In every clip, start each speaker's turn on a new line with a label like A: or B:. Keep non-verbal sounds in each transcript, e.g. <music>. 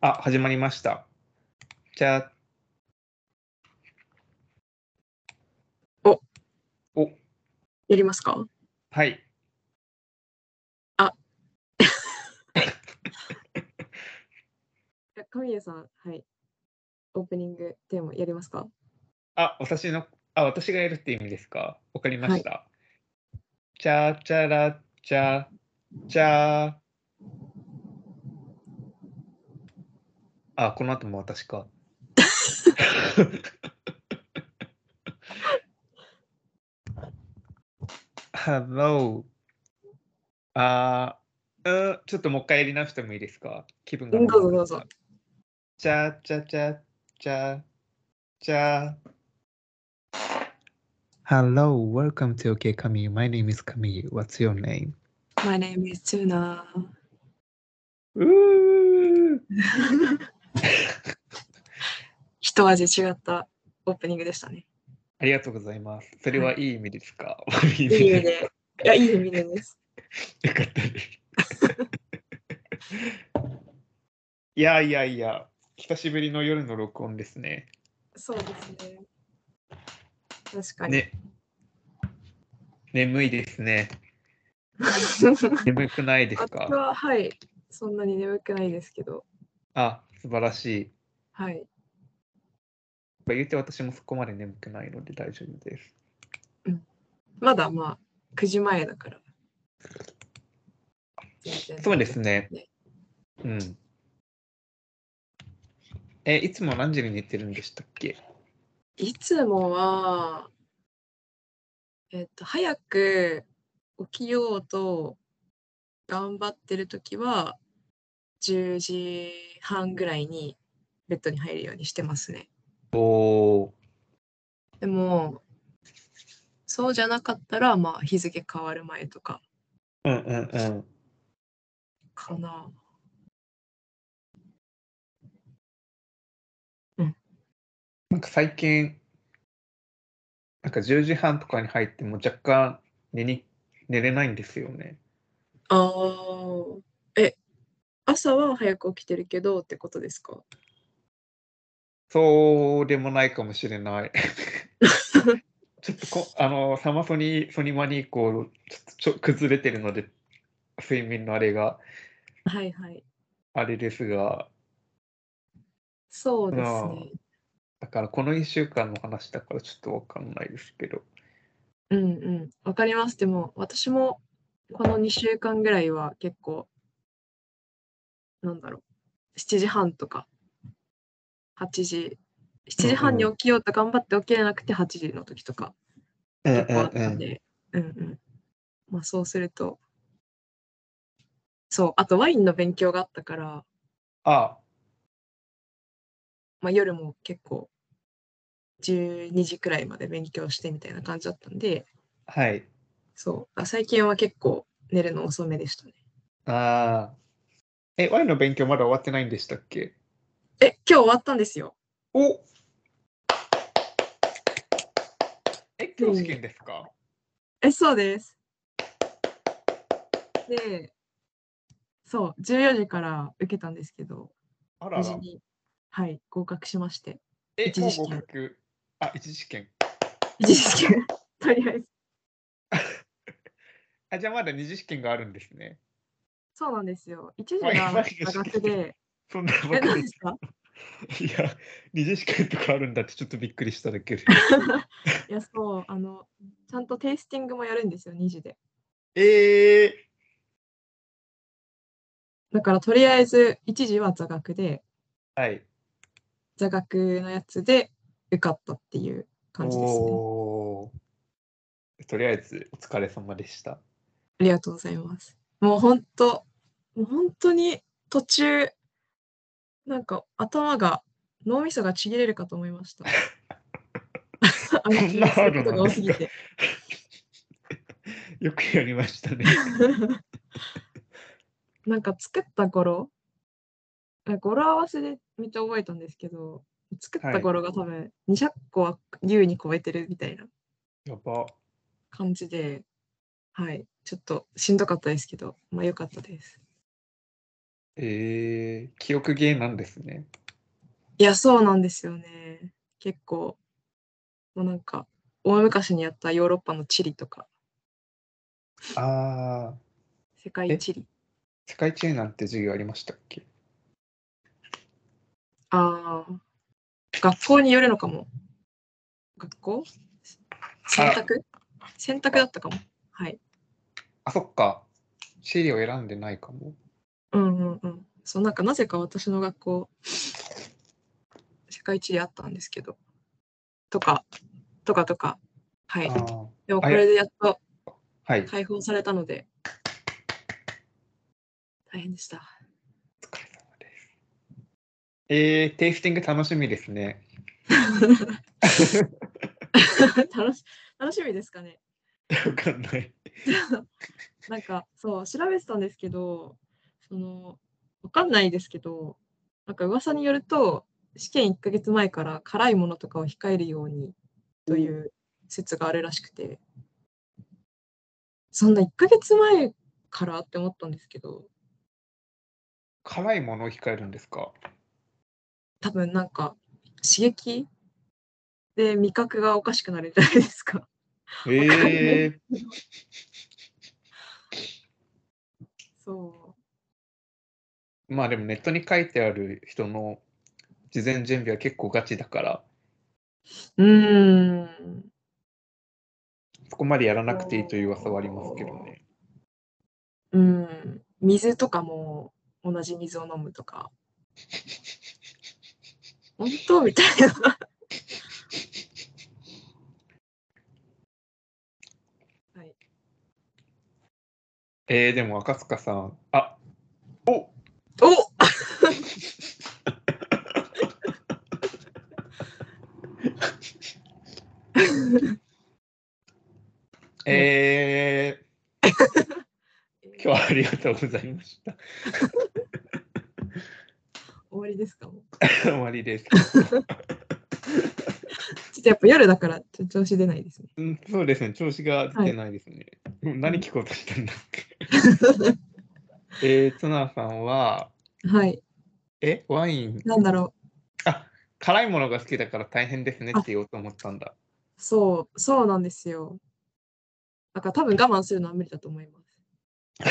A: あ、始まりました。じゃあ。
B: お。
A: お、
B: やりますか
A: はい。
B: 神谷さん、はい。オープニングテーマやりますか
A: あ、私の、あ、私がやるって意味ですかわかりました。チャチャラチャチャあ、この後も私か。Hello. あーうん、ちょっともう一回やり直してもいいですか気分が。
B: うんどうぞどうぞ。
A: チャチャチャチャチャ Hello, welcome to OK Kami. My name is Kami. What's your name?
B: ?My name is Tuna. 一味違ったオープニングでしたね。
A: ありがとうございます。それはいい意味ですか、悪い、
B: い
A: 意味
B: い意味
A: で
B: で。いや、いい意味でです。
A: よかったです。いやいやいや、久しぶりの夜の録音ですね。
B: そうですね。確かに。
A: ね。眠いですね。眠くないです
B: <laughs> 私
A: か
B: は、はい。そんなに眠くないですけど、
A: あ、素晴らしい。
B: はい。
A: まあ言うて私もそこまで眠くないので大丈夫です。
B: まだまあ、9時前だから。全然
A: そうですね
B: ね。
A: うん。え、いつも何時に寝てるんでしたっけ
B: いつもは、えっと、早く起きようと頑張ってるときは、10時半ぐらいにベッドに入るようにしてますね。
A: おー、
B: でも、そうじゃなかったら、まあ、日付変わる前とか
A: うんうんうん。
B: かな。
A: なんか最近、なんか10時半とかに入っても若干寝に寝れないんですよね。
B: あーえ、朝は早く起きてるけどってことですか
A: そうでもないかもしれない。ちょっとこあのサマソニソニマに以降ちょっとちょ崩れてるので睡眠のあれが
B: はいはい。
A: あれですが
B: そうです
A: あ
B: ね。
A: だからこの1週間の話だからちょっとわかんないですけど。
B: うんうん、わかります。でも、私もこの2週間ぐらいは結構、なんだろう、7時半とか、8時、7時半に
A: うんう
B: 起きようと頑張って起きれなくて8時の時とか
A: うん
B: 結構あったんで、うんうん。まあそうすると、そう、あとワインの勉強があったから、
A: あ
B: まあ、夜も結構12時くらいまで勉強してみたいな感じだったんで、
A: はい。
B: そう、あ最近は結構寝るの遅めでしたね。
A: ああ。え、ワインの勉強まだ終わってないんでしたっけ
B: え、今日終わったんですよ。
A: おえ、今日試験ですか、
B: え、そうです。で、そう、14時から受けたんですけど、
A: あら
B: 無
A: ら
B: 事に、はい、合格しま
A: <laughs>
B: して、
A: え、
B: 一
A: もう
B: 次試験
A: 合格。あ、一次試験。
B: 一次試験、 <laughs> とりあえず。
A: あ、じゃあまだ二次試験があるんですね。
B: そうなんですよ。一次
A: まあ
B: が
A: 今の試験
B: 長く
A: <laughs>
B: で、
A: そんな
B: え、
A: わけ
B: 何
A: <laughs> で
B: ですか
A: いや、二次試験とかあるんだってちょっとびっくりしただけ
B: <laughs>
A: で。
B: いや、そう、あの、ちゃんとテイスティングもやるんですよ、二次で。
A: ええ
B: だから、とりあえず、一次は座学で、
A: はい。
B: 座学のやつで受かったっていう感じですね。
A: おーとりあえずお疲れ様でした。
B: ありがとうございます。もう本当、もう本当に途中、なんか頭が、脳みそがちぎれるかと思いました。あの
A: そんなハード
B: ことが
A: なん
B: 多
A: ですか
B: すぎて。
A: よくやりましたね。 <laughs>
B: なんか作った頃、え語呂合わせでめっちゃ覚えたんですけど、作っ
A: は
B: た
A: い
B: 頃が多分200個は優に超えてるみたいな
A: やば。
B: 感じで、はい、ちょっとしんどかったですけど、まあ良かったです。
A: えー、記憶ゲーなんですね。
B: いや、そうなんですよね。結構、もうなんか、大昔にやったヨーロッパの地理とか、
A: ああ、
B: 世界地理。
A: 世界チェーンなんて授業ありましたっけ
B: ああ、学校によるのかも。学校選択選択だったかも。はい。
A: あ、そっか。地理を選んでないかも。
B: うんうんうん。そう、なんかなぜか私の学校、世界地理あったんですけど、とか、とかとか、はい。
A: あ
B: でもこれでやっと
A: あ、はい。お疲れ
B: 解放されたので、大変でした。
A: 様です。えー、テイスティング楽しみです
B: <laughs>
A: ね。
B: 楽し楽しみですかね。
A: わかんない。
B: なんかそう調べてたんですけどそのわかんないですけどなんか噂によると試験1ヶ月前から辛いものとかを控えるようにという説があるらしくてそんな1ヶ月前からって思ったんですけど
A: 辛いものを控えるんです
B: <laughs>
A: か
B: 多分なんか刺激で味覚がおかしくなるんじゃないですか。
A: えー、
B: そう
A: まあでもネットに書いてある人の事前準備は結構ガチだから、
B: うーん
A: そこまでやらなくていいという噂はありますけどね。
B: うん、水とかも同じ水を飲むとか。本当みたいな。はい、
A: えー、でも赤塚さん、あ
B: お
A: え
B: <laughs>
A: ー、 <laughs> 今日はありがとうございました。 <laughs>
B: 終わりですかもう
A: 終わりです。
B: ちょっとやっぱ夜だからちょっと調子出ないですね。
A: うん、そうですね、調子が出てないですね。うん何聞こうとしたんだっけえー、ツナさんは、
B: はい、
A: え、ワイン、
B: なんだろう。
A: あ辛いものが好きだから大変ですねって言おうと思ったんだ。
B: そう、そうなんですよ。だから多分我慢するのは無理だと思います。 <laughs>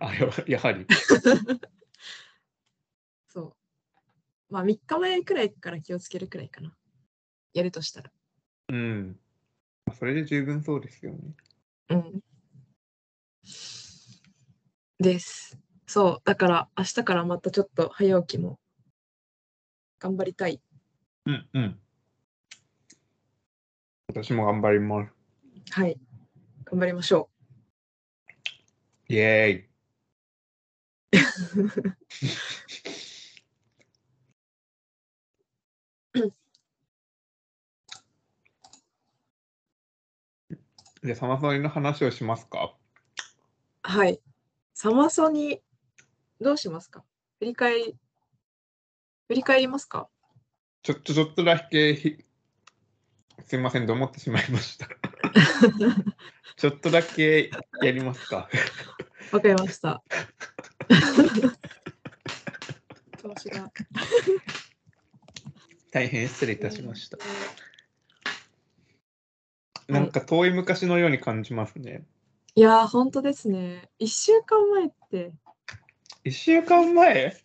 A: あ、やはやはり。
B: そう。まあ3日前くらいから気をつけるくらいかな。やるとしたら。
A: うん。それで十分そうですよね。
B: うん。です。そう、だから明日からまたちょっと早起きも頑張りたい。
A: うんうん。私も頑張ります。
B: はい。頑張りましょ
A: イエーイ。 <laughs> じゃあ、サマソニの話をしますか
B: う。はい。サマソニ、どうしますか振り返り、振り返りますか
A: ちょちょちょっとだけひ、すいません、どもってしまいま <laughs> した。ちょっとだけやりますか。
B: わかりました。調子が。
A: 大変失礼いたしました。
B: うん
A: なんか遠い昔のように感じますね。
B: いやー、本当ですね。1週間前って、
A: 1週間前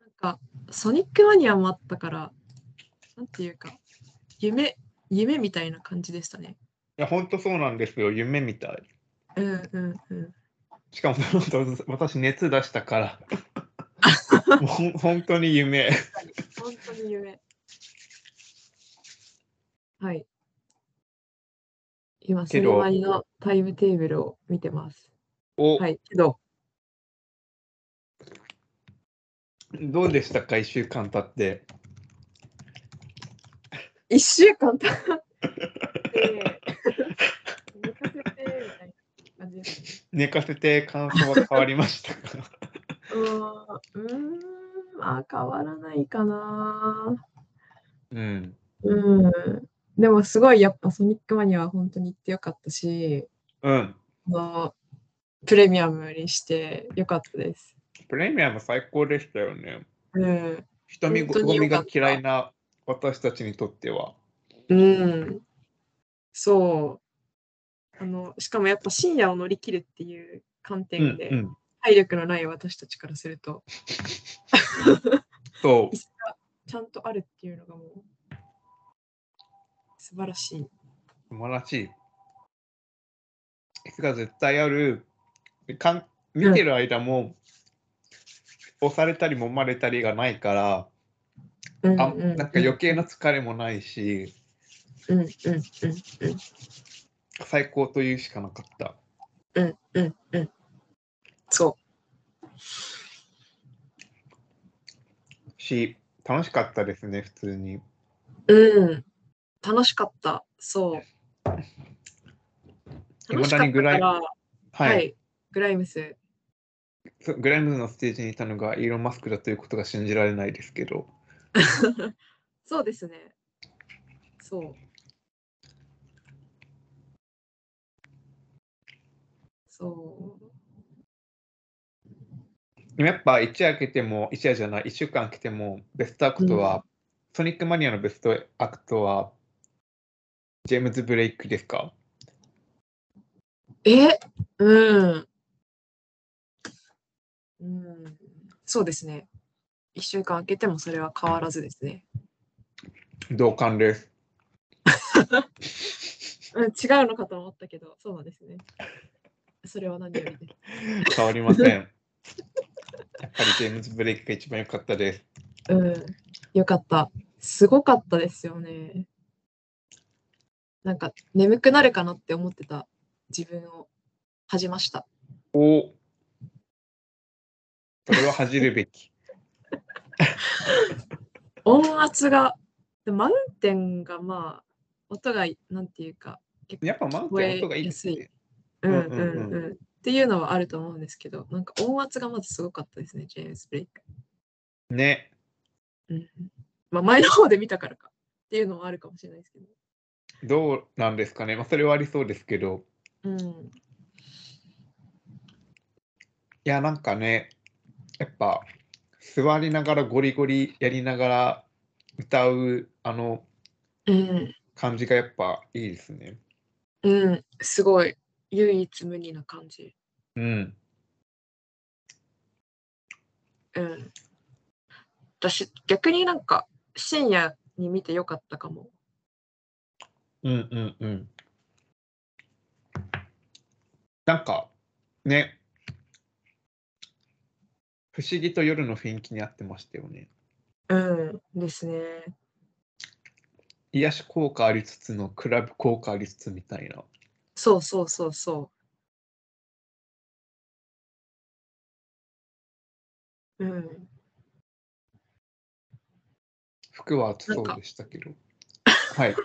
B: なんか、ソニックマニアもあったから、なんていうか、夢、夢みたいな感じでしたね。
A: いや、本当そうなんですよ。夢みたい。
B: うんうんうん。
A: しかも、その私、熱出したから。もうほん本当に夢。
B: 本当に夢。はい。今、ソ
A: け
B: ニ
A: ど
B: マニのタイムテーブルを見てます。
A: お、
B: はい、けど、
A: どうでしたか、1週間経って。
B: 1週間経って、寝かせてみたいな感じですね。
A: 寝かせて感想は変わりましたか
B: うーんうーん、まあ変わらないかな。
A: うん。
B: うん。でもすごいやっぱソニックマニアは本当に行ってよかったし、
A: うん。
B: あのプレミアムにしてよかったです。
A: プレミアム最高でしたよね。
B: うん。
A: 人見
B: 本当
A: ご
B: に
A: み
B: 良かっ
A: が
B: た
A: 嫌いな私たちにとっては。
B: うん。そう。あの、しかもやっぱ深夜を乗り切るっていう観点で、
A: ん、
B: 体力のない私たちからすると、
A: そ
B: ちゃんとあるっていうのがもう、素晴らしい。
A: う、素晴らしい。椅子が絶対ある。かん見てる間も、押されたり揉まれたりがないから、
B: う
A: あなんか余計な疲れもないし、
B: うんうんうん
A: 最高というしかなかった。
B: うんうんうん。そ
A: し、楽しかったですね、普通に。
B: う。うん。楽しかった。そう。楽しかっ
A: 未だに
B: た
A: グ
B: か
A: ライ
B: ら、はい、グライムス。
A: そうグライムズのステージにいたのがイーロン・マスクだということが信じられないですけど、
B: そうですね。そう。そう。
A: でもやっぱ一夜明けても、一夜じゃない、一週間明けても、ベストアクトは、
B: う
A: ソニックマニアのベストアクトは、ジェームズ・ブレイクですか
B: えうん。うん。そうですね。一週間空けてもそれは変わらずですね。
A: 同感です。
B: うん、違うのかと思ったけど、そうなんですね。それは何よりです。
A: 変わり
B: <laughs>
A: ません。やっぱりジェームズ・ブレイクが一番良かったです。
B: うん。よかった。すごかったですよね。なんか眠くなるかなって思ってた自分を恥じました。
A: おそれは恥じるべき。
B: 音圧がでマウンテンがまあ音がなんていうか結構
A: やっぱマウンテン音がいいです
B: 聞こえや
A: ね。
B: うん
A: う
B: うんん
A: うんうん
B: うんっていうのはあると思うんですけどなんか音圧がまずすごかったですねジェームス・ブレイク、
A: ね。
B: うんまあ、前の方で見たからかっていうのはあるかもしれないですけど、
A: どうなんですかね。まあ、それはありそうですけど。
B: うん、
A: いや、なんかね、やっぱ、座りながらゴリゴリやりながら歌う、あの、
B: うん
A: 感じがやっぱいいですね。
B: うんすごい唯一無二な感じ
A: うん。
B: うん私逆になんか深夜に見てよかったかも
A: うんうんうん。なんか、ね、不思議と夜の雰囲気に合ってましたよね。
B: うんですね
A: 癒し効果ありつつのクラブ効果ありつつみたいな。
B: そうそうそうそう。うん、
A: 服は暑そうでしたけど。はい。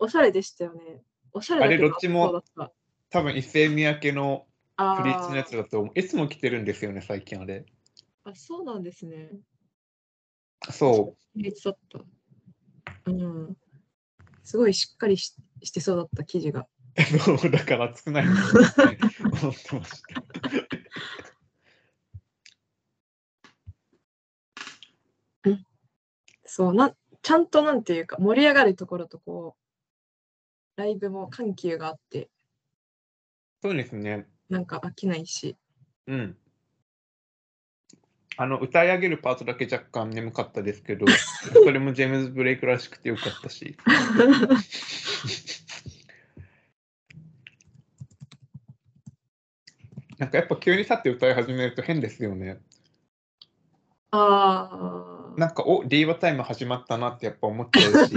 B: おしゃれでしたよね。おしゃれ
A: あ
B: だ
A: れ
B: けど
A: どっちも
B: 暑そうだった
A: 多分、一世三宅の
B: あ
A: プリーチのやつ
B: ー
A: だと思う。いつも着てるんですよね、最近あれ。
B: あ、そうなんですね。
A: そう。
B: プリーチだった。うん。すごいしっかりししてそうだった生地が。
A: そう <laughs> だから少ないなって思ってました。
B: そうなん、ちゃんとなんていうか、盛り上がるところとこう、ライブも緩急があって、
A: そうですね。
B: なんか飽きないし。
A: うん。あの歌い上げるパートだけ若干眠かったですけ
B: <laughs>
A: ど、それもジェームズ・ブレイクらしくてよかったし、なんかやっぱ急に立って歌い始めると変ですよね。
B: ああ。
A: なんか、おディーバタイム始まったなってやっぱ思っちゃう
B: <laughs>
A: し、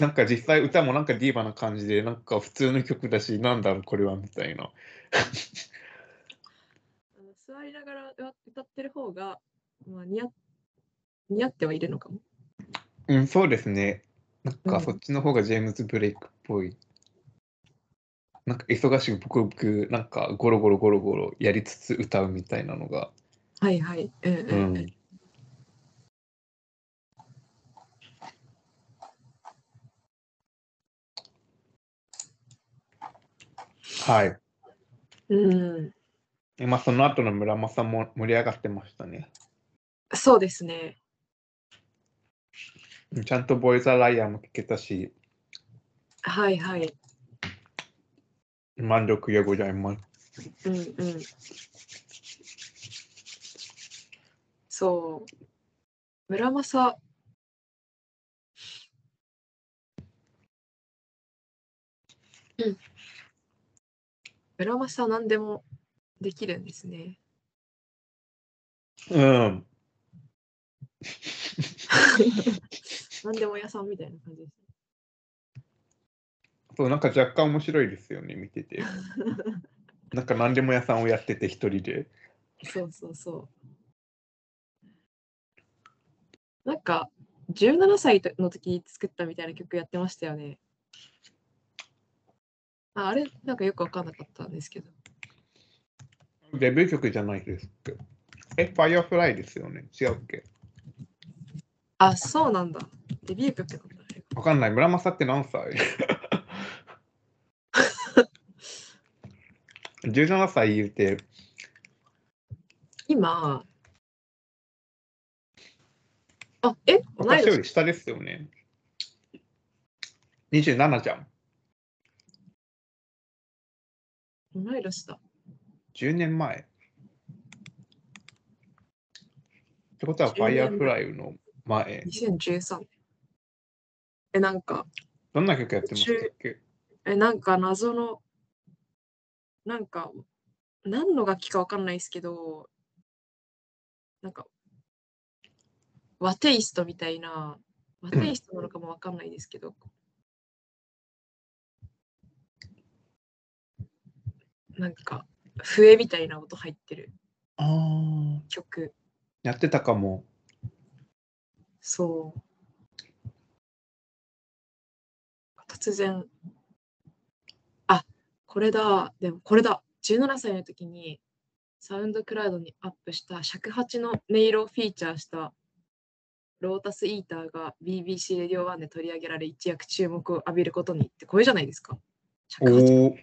A: なんか実際歌もなんかディーバな感じで、なんか普通の曲だし、なんだろうこれはみたいな。
B: あの座りながら歌歌ってる方が、まあ、似合っ似合ってはいるのかも。
A: うん、そうですね。なん
B: う
A: か
B: ん
A: そっちの方がジェームズ・ブレイクっぽい。なんか忙しくブクブク、なんかゴロゴロゴロゴロやりつつ歌うみたいなのが。
B: はいはい。うんう
A: うん
B: うん
A: ん。はい。
B: うん。
A: えまあ、その後の村正も盛り上がってましたね。
B: そうですね。
A: ちゃんとボーイザーライアーも聞けたし、
B: はいはい。
A: 満足でございます。
B: うんうん。そう。村正。うん。村正何でもできるんですね。
A: うん。
B: 何でも屋さんみたいな感じです。
A: そう、なんか若干面白いですよね、見て <laughs> て。なんか何でも屋さんをやってて一人で。
B: そうそうそう。なんか、17歳の時に作ったみたいな曲やってましたよね。ああれ、なんかよくわかんなかったんですけど。
A: デビュー曲じゃないですっけえ、ファイアフライですよね。違うっけ
B: あ、そうなんだ。デビュー曲なんだ。あれ
A: わかんない。村正って何 <laughs> 歳 ?17 歳言うて、
B: 今、あ、え、同い
A: 私よ
B: 年
A: り下ですよね。27じゃん。
B: 同い年だ。
A: 10年前。ってことは、ファイアフライの前。
B: 2013年。え、なんか、
A: どんな曲やってましたっけ
B: え、なんか謎の、なんか、何の楽器かわかんないですけど、なんか、和テイストみたいな、和テイストなのかもわかんないですけど、なんか、笛みたいな音入ってる
A: ああ。
B: 曲、
A: やってたかも。
B: そう。突然、あ、これだ、でもこれだ、17歳の時にサウンドクラウドにアップした尺八の音色をフィーチャーしたロータスイーターが BBC レディオ1で取り上げられ一躍注目を浴びることにってこれじゃないですか。尺八
A: おお。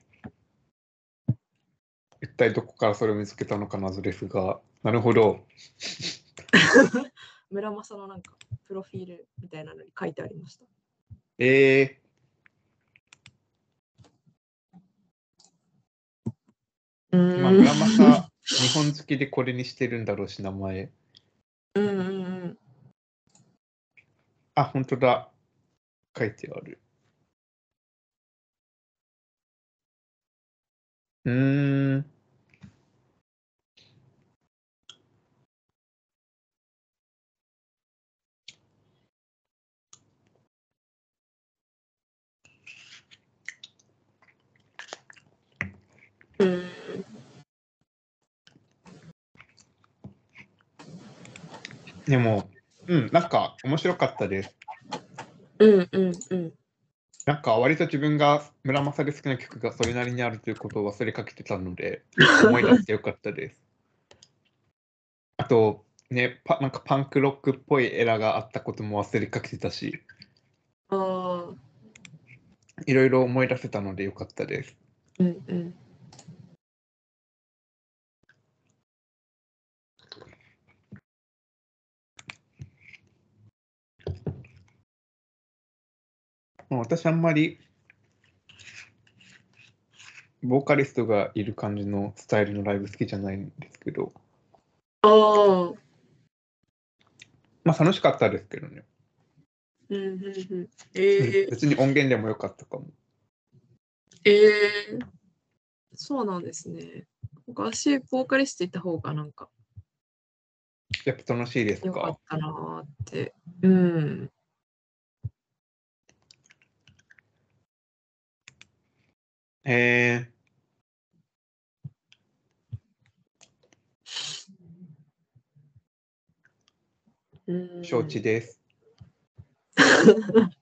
A: 一体どこからそれを見つけたのか謎ですが。なるほど。
B: 村正のなんかプロフィールみたいなのに書いてありました。
A: ええ
B: う
A: ー。まあ、
B: ん
A: 村正、日本好きでこれにしてるんだろうし、名前。
B: うんうんうん。
A: あ、本当だ。書いてある。うーん。
B: うん
A: でも、うん、なんか面白かったです。
B: うんうんうん。
A: なんか割と自分が村正で好きな曲がそれなりにあるということを忘れかけてたので、思い出してよかったです。 <laughs> あと、ね、パなんかパンクロックっぽいエラがあったことも忘れかけてたし、
B: ああ。
A: いろいろ思い出せたのでよかったです。
B: うんうん。
A: まあ私あんまり、ボーカリストがいる感じのスタイルのライブ好きじゃないんですけど、
B: ああ。
A: まあ楽しかったですけどね。
B: うんうんうん。ええ
A: 別に音源でもよかったかも。
B: ええそうなんですね。僕、足、ボーカリスト行った方がなんか
A: やっぱ楽しいです
B: 良か
A: か
B: っ。たなーって。うん。
A: へえ
B: うん、
A: 承知です。 <laughs>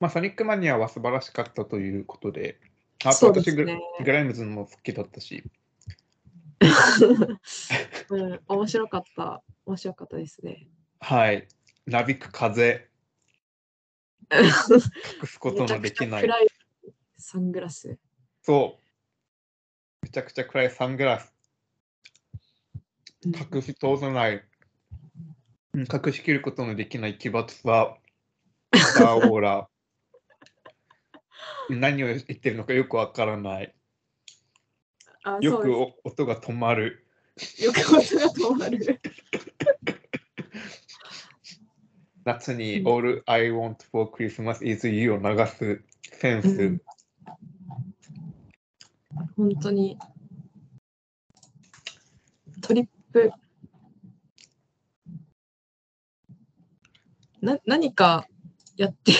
A: まあ、ソニックマニアは素晴らしかったということで、あと
B: そうで
A: 私
B: す
A: グ、
B: ね
A: グライムズも好きだったし、
B: <laughs> うん、面白かった。面白かったですね。
A: はい。なびく風、隠すことのできない。
B: めちゃくちゃ暗いサングラス。
A: そう。めちゃくちゃ暗いサングラス、
B: うん
A: 隠し通さない、うん隠しきることのできない奇抜さ、スターオー
B: <laughs>
A: ラ。何を言ってるのかよくわからない。
B: あ
A: よ
B: そうで
A: くお音が止まる。
B: すよく音が止まる。
A: 夏に
B: うん
A: All I Want for Christmas is You を流すセンス。
B: うん本当に。トリップ。な何かやって、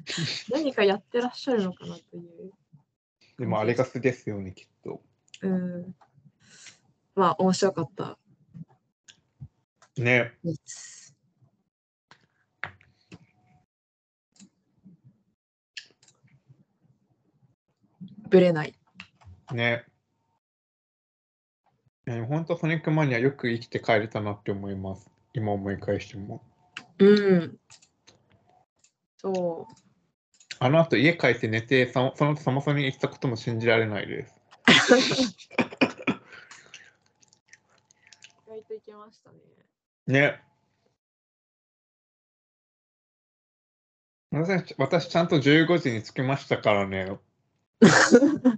B: <laughs> 何かやってらっしゃるのかなという。
A: でもあれが素ですよね、きっと。
B: うん。まあ、面白かった
A: ね。
B: です。ぶれない。
A: ね。ね本当ソニックマニアよく生きて帰れたなって思います。今思い返しても。
B: うん。そう。
A: あの後家帰って寝て、そのその後サマソニに行ったことも信じられないです。
B: 意外といけましたね。
A: ね。私私ちゃんと15時に着きましたからね。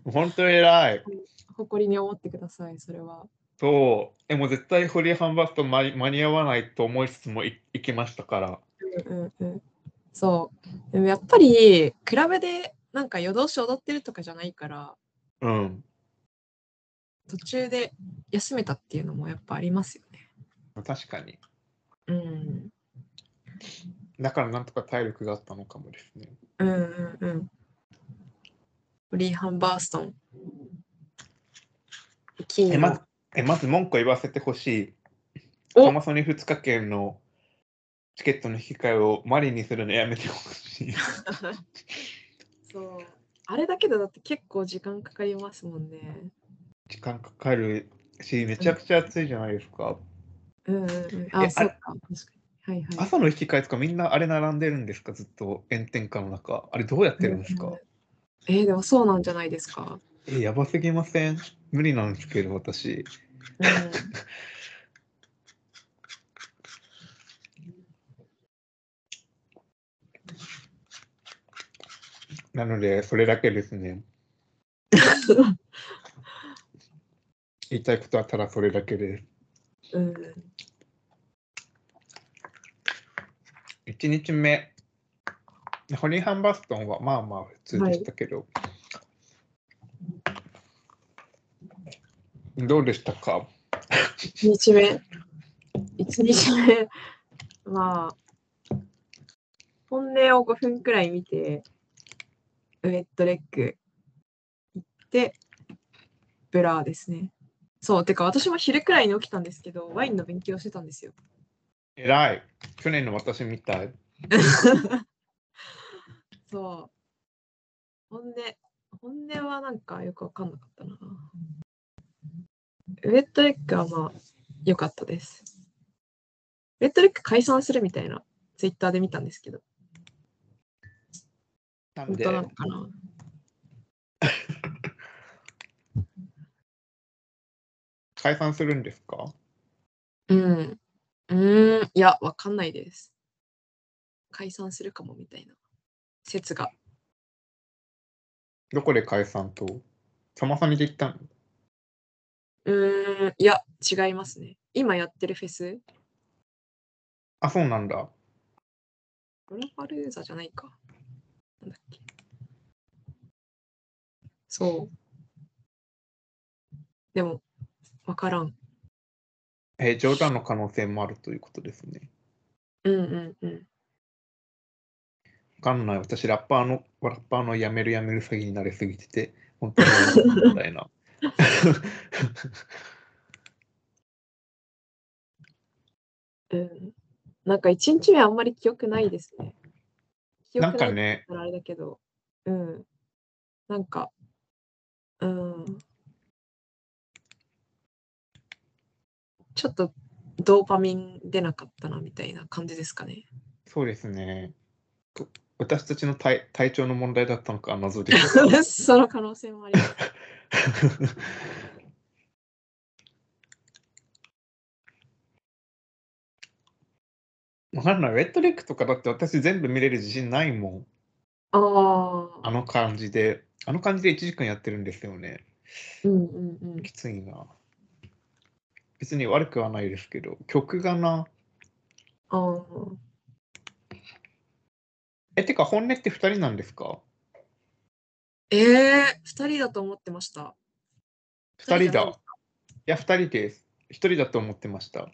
A: 本当偉い。
B: 誇りに思ってください、それは。
A: そう。え、もう絶対ホリーハンバースト間に間に合わないと思いつつもい行きましたから。
B: うんうんうん。そう。でもやっぱり、クラブでなんか夜通し踊ってるとかじゃないから、
A: うん。
B: 途中で休めたっていうのもやっぱありますよね。
A: 確かに。
B: うん。
A: だからなんとか体力があったのかもですね。
B: うんうんうん。フリーハンバーストン。金
A: えまず
B: 曜。
A: えまず文句を言わせてほしい。
B: お
A: サマソニ2日券のチケットの引き換えをマリにするのやめてほし <laughs> い。
B: そう。あれだけでだって結構時間かかりますもんね。
A: 時間かかるし、めちゃくちゃ暑いじゃないですか。
B: うんうんうん。
A: えあ
B: あ、そっか。確かに。はいはい。
A: 朝の引き換えとかみんなあれ並んでるんですかずっと炎天下の中。あれどうやってるんですか
B: えーでもそうなんじゃないですか。
A: え、やばすぎません無理なんですけど、私。
B: うん
A: なので、それだけです <laughs> ね。言いたいことはただそれだけです。
B: うん、
A: 1日目、ホリーハンバーストンはまあまあ普通でしたけど、どうでしたか
B: 1日目。1日目。まあ、本音を5分くらい見て、ウェットレッグ行って、ブラーですね。そう、てか私も昼くらいに起きたんですけど、ワインの勉強してたんですよ。
A: えらい去年の私みたい。
B: そう。本音、本音はなんかよくわかんなかったな。ウェットレックはまあ、良かったです。ウェットレック解散するみたいな、ツイッターで見たんですけど、
A: なん
B: 本
A: で
B: 当なのかな。
A: 解散するんですか
B: うん。うーん、いや、わかんないです。解散するかもみたいな説が。
A: どこで解散とサマソニで行ったの
B: うーん、いや、違いますね。今やってるフェス、
A: あ、そうなんだ。
B: ロラファルーザじゃないか。なんだっけ。そう。でも、わからん。
A: え冗談の可能性もあるということですね。
B: うんうんうん。
A: わかんない。私、ラッパーの、ラッパーのやめるやめる詐欺に慣れすぎてて、本当
B: <laughs>
A: に、みたいな。
B: うん、なんか一日目あんまり記憶ないですね。記
A: <laughs> なん
B: 憶
A: か
B: ないか
A: ね、
B: らあれだけど、うん。なんか、うん。 <laughs> ちょっとドーパミン出なかったなみたいな感じですかね。
A: そうですね。こ私たちの体体調の問題だったのか謎です <laughs>
B: その可能性もあります。
A: わかんない。ウェットレックとかだって私全部見れる自信ないもん。
B: あ
A: あ
B: あ。
A: の感じで。あの感じで1時間やってるんですよね。
B: うんうんうん。
A: きついな。別に悪くはないですけど、曲がな。
B: あー
A: え、てか本音って2人なんですか
B: ええー、二人だと思ってました。
A: ?2
B: 二
A: 人
B: じゃ
A: だ。
B: ない
A: いや、2人です。1人だと思ってました。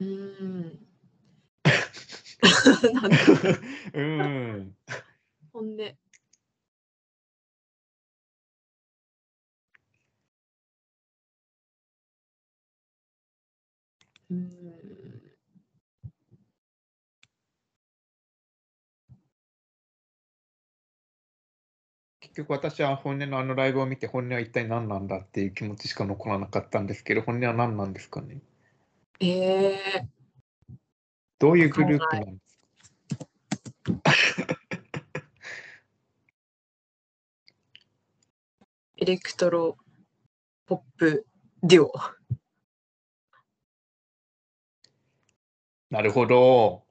B: うーん。なんだ
A: うーん。
B: 本音。うーん。
A: 結局私は本音のあのライブを見て本音は一体何なんだっていう気持ちしか残らなかったんですけど本音は何なんですかね
B: ええー。
A: どういうグループなんですか
B: エレクトロポップデュオ。
A: なるほど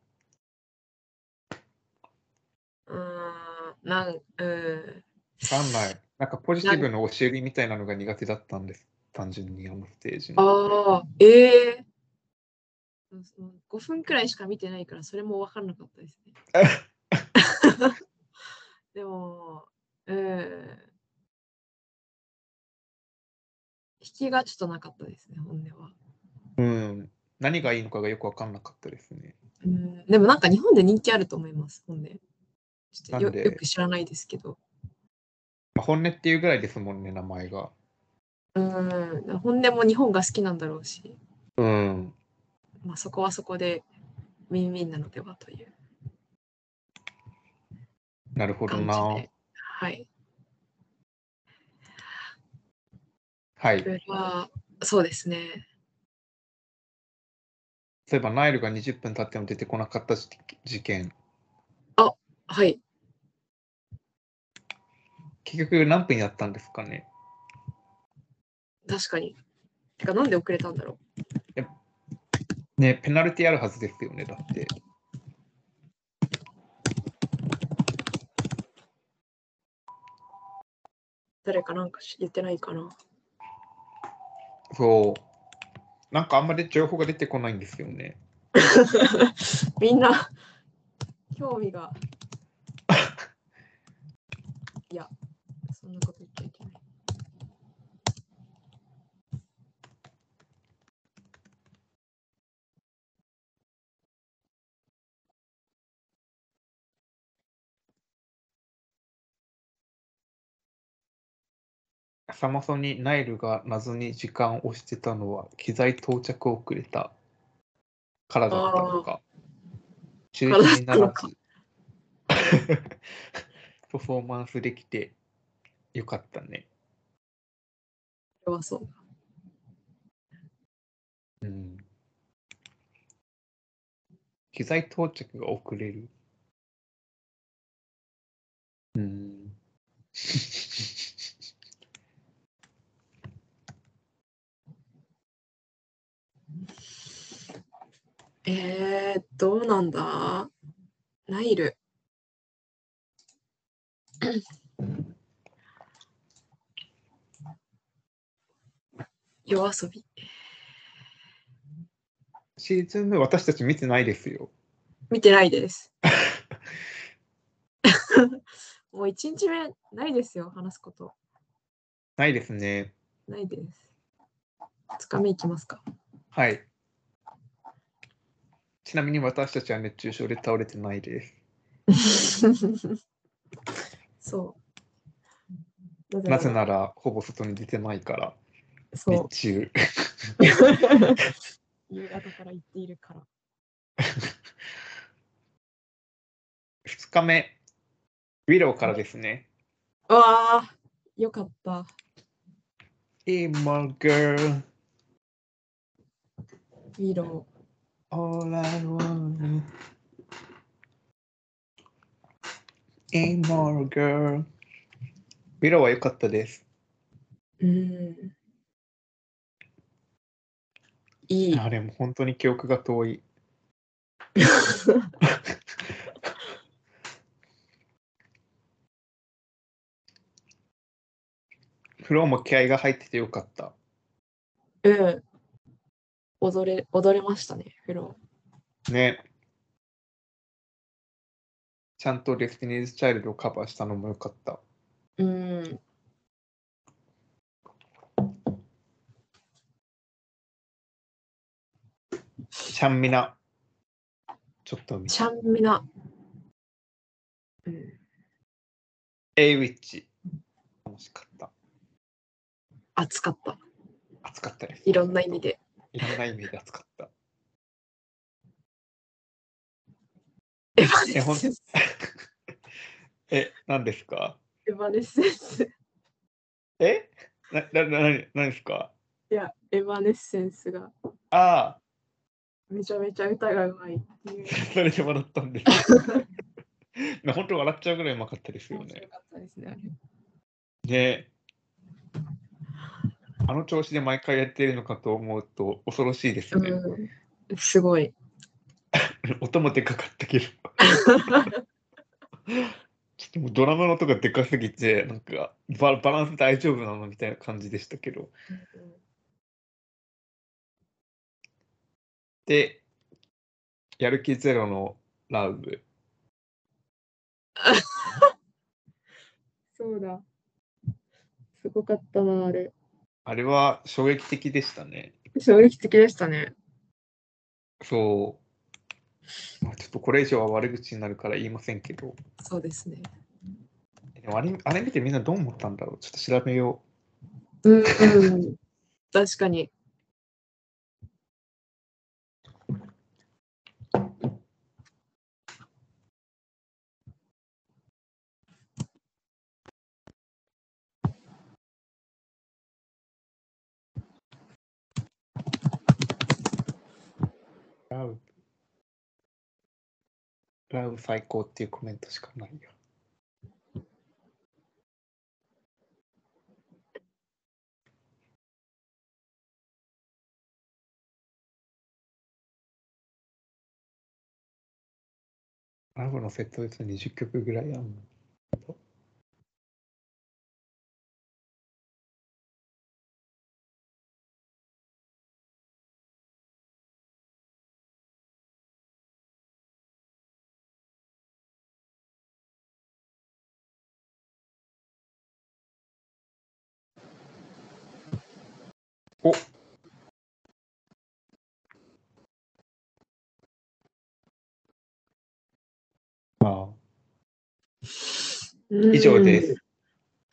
B: うーん、なん、うん。
A: わかんないなんかポジティブの教えりみたいなのが苦手だったんです単純にあのステージの
B: ああ、ええー。その5分くらいしか見てないから、それも分からなかったですね。
A: <laughs>
B: でも、うん。引きがちょっとなかったですね、本音は。
A: うん何がいいのかがよく分かんなかったですね
B: うん、でもなんか日本で人気あると思います、本音。ちょっと
A: な
B: よ
A: んで
B: よく知らないですけど。
A: まあ本音っていうぐらいですもんね名前が
B: うん、本音も日本が好きなんだろうし。
A: うん
B: まあ、そこはそこでウィンウィンなのではという
A: なるほど
B: 感じ
A: な
B: で。はい。
A: はい
B: こ
A: そう
B: れは、そうですね。
A: いえばナイルが20分経っても出てこなかった事事件
B: はい。
A: 結局何分やったんですかね
B: 確かに。てか、なんで遅れたんだろ
A: ねペナルティあるはずですよねだって
B: う誰かなんか言ってないかな。
A: そうなんかあんまり情報が出てこないんですよね
B: みんな、 <laughs> 興味が。いや、そんなこと言っちゃいけない。
A: サマソにナイルが謎に時間を押してたのは機材到着遅れたからだったのか中止にな
B: からだ
A: ら
B: ったの
A: ず <laughs> パフォーマンスできてよかったね
B: これはそう。
A: うん機材到着が遅れるうん
B: えー、どうなんだナイル。 <clears throat> 夜遊び。
A: シーズンの私たち見てないですよ
B: 見てない <laughs> です。もう一日目ないですよ、話すこと。
A: ないですね
B: ないです。二日目いきます <laughs> か。
A: はい。ちなみに私たちは熱中症で倒れてないです。
B: そう。
A: なぜなら、ほぼ外に出てないから、
B: そ
A: <laughs>
B: う
A: 日。中。
B: 夕方から言っているから。
A: 2日目、ウィローからですね。
B: うわあ、よかった。
A: Emo girl,
B: ウィロ
A: all I want. Immoral Girl。ミラは良かったです。
B: うん。いい。
A: あれも本当に記憶が遠い。フローも気合が入ってて良かった。
B: <laughs> うん。踊れ、踊れましたね、フロ
A: ね。ちゃんとデスティニーズ・チャイルドをカバーしたのも良かった。
B: ー。うん。
A: ちゃんみな。ちょっと見
B: ちゃんみな。うん。
A: エイウィッチ。楽しかった。
B: 熱かった。
A: 暑かったです。
B: いろんな意味で。
A: いろんな意味で暑かった。
B: エヴァ
A: え
B: ネ
A: ほん
B: ッセンス。
A: <laughs> え、何ですか
B: エヴァネッセンス。
A: えな、な、な、な何ですか
B: いや、エヴァネッセンスが
A: ああ、 <laughs>
B: めちゃめちゃ歌がうまいっていう。
A: それで笑ったんです。 <laughs> な本当笑っちゃうぐらいうまかったですよ
B: 面
A: ね
B: 白。かったですね。あれ
A: ねあの調子で毎回やってるのかと思うと恐ろしいですね。
B: うん、すごい。
A: <laughs> 音もでかかったけ
B: <laughs>
A: ど。ちょっともうドラムの音がでかすぎて、なんかババランス大丈夫なのみたいな感じでしたけど。で、やる気ゼロのラウブ。
B: そうだ。すごかったな、あれ。
A: あれは衝撃的でしたね。
B: 衝撃的でしたね。
A: そう。まあちょっとこれ以上は悪口になるから言いませんけど。
B: そうですね。
A: でもあれあれ見てみんなどう思ったんだろうちょっと調べよ
B: うん、うん。確かに。
A: う。ラウブ。ラウブ最高っていうコメントしかないよ。ラブのセットです20曲ぐらいあるの。おああ以上です。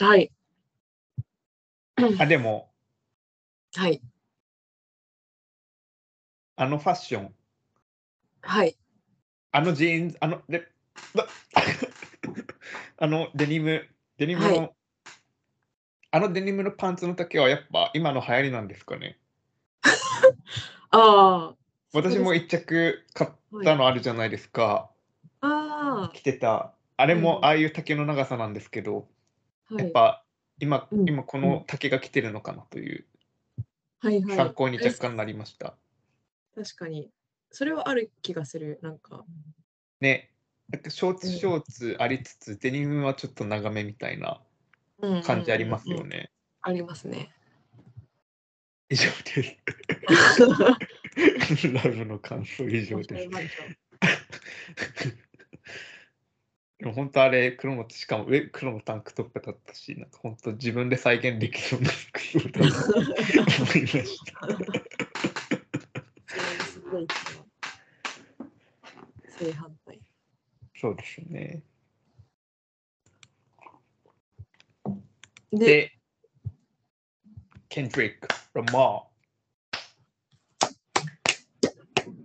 B: うん。はい。
A: あでも
B: はい。
A: あのファッション
B: はい。
A: あのジーンズあのでだ <laughs> あのデニムデニムの、
B: は
A: あのデニムのパンツの丈はやっぱ今の流行りなんですかね
B: ああ。
A: 私も一着買ったのあるじゃないですか、
B: あ
A: 着てたあれ
B: う
A: も
B: ん
A: ああいう丈の長さなんですけど、
B: あ。は
A: やっ
B: い。
A: ぱ今、
B: うん
A: 今この丈が着てるのかなという
B: はいはい。
A: 参考に若干なりました、
B: 確かに。それはある気がする。なんか。
A: ねなんかショーツ
B: うん
A: ショーツありつつ、デニムはちょっと長めみたいな感じありますよね、
B: うんうんうんありますね。
A: 以上です <laughs> ライブの感想以上ですでも本当あれ黒のしかも上黒のタンクトップだったしなんか本当自分で再現できそうな服装だなと思いました
B: すごい人は <laughs> 正反対。
A: そうですね
B: で、
A: でケンドリック・ラマー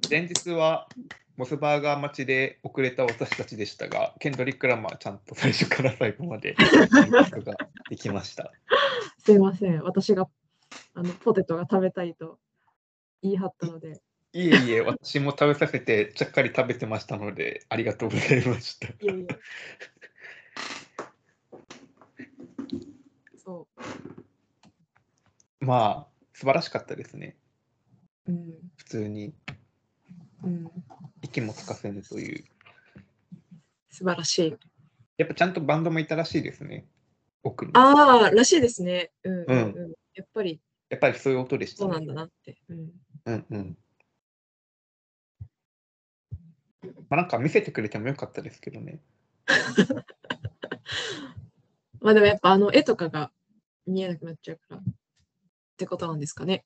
A: 前日はモスバーガー待ちで遅れた私たちでしたが、ケンドリック・ラマーちゃんと最初から最後まで見ることができました。
B: すいません。私があのポテトが食べたいと言い張ったので、
A: いえいえ、私も食べさせて、ちゃっかり食べてましたので、ありがとうございました。
B: いやいや、
A: まあ、素晴らしかったですね。
B: うん
A: 普通に
B: うん、
A: 息もつかせぬという。
B: 素晴らしい。
A: やっぱちゃんとバンドもいたらしいですね。奥に。や
B: ああ、らしいですね。うん、う
A: う
B: ん、うん。やっぱり
A: っぱりそういう音でした、
B: そう
A: ね。
B: なんだなって。うん、
A: うんうん。まあ、なんか見せてくれてもよかったですけどね。
B: まあでもやっぱあの絵とかが見えなくなっちゃうからってことなんです
A: <laughs>
B: かね。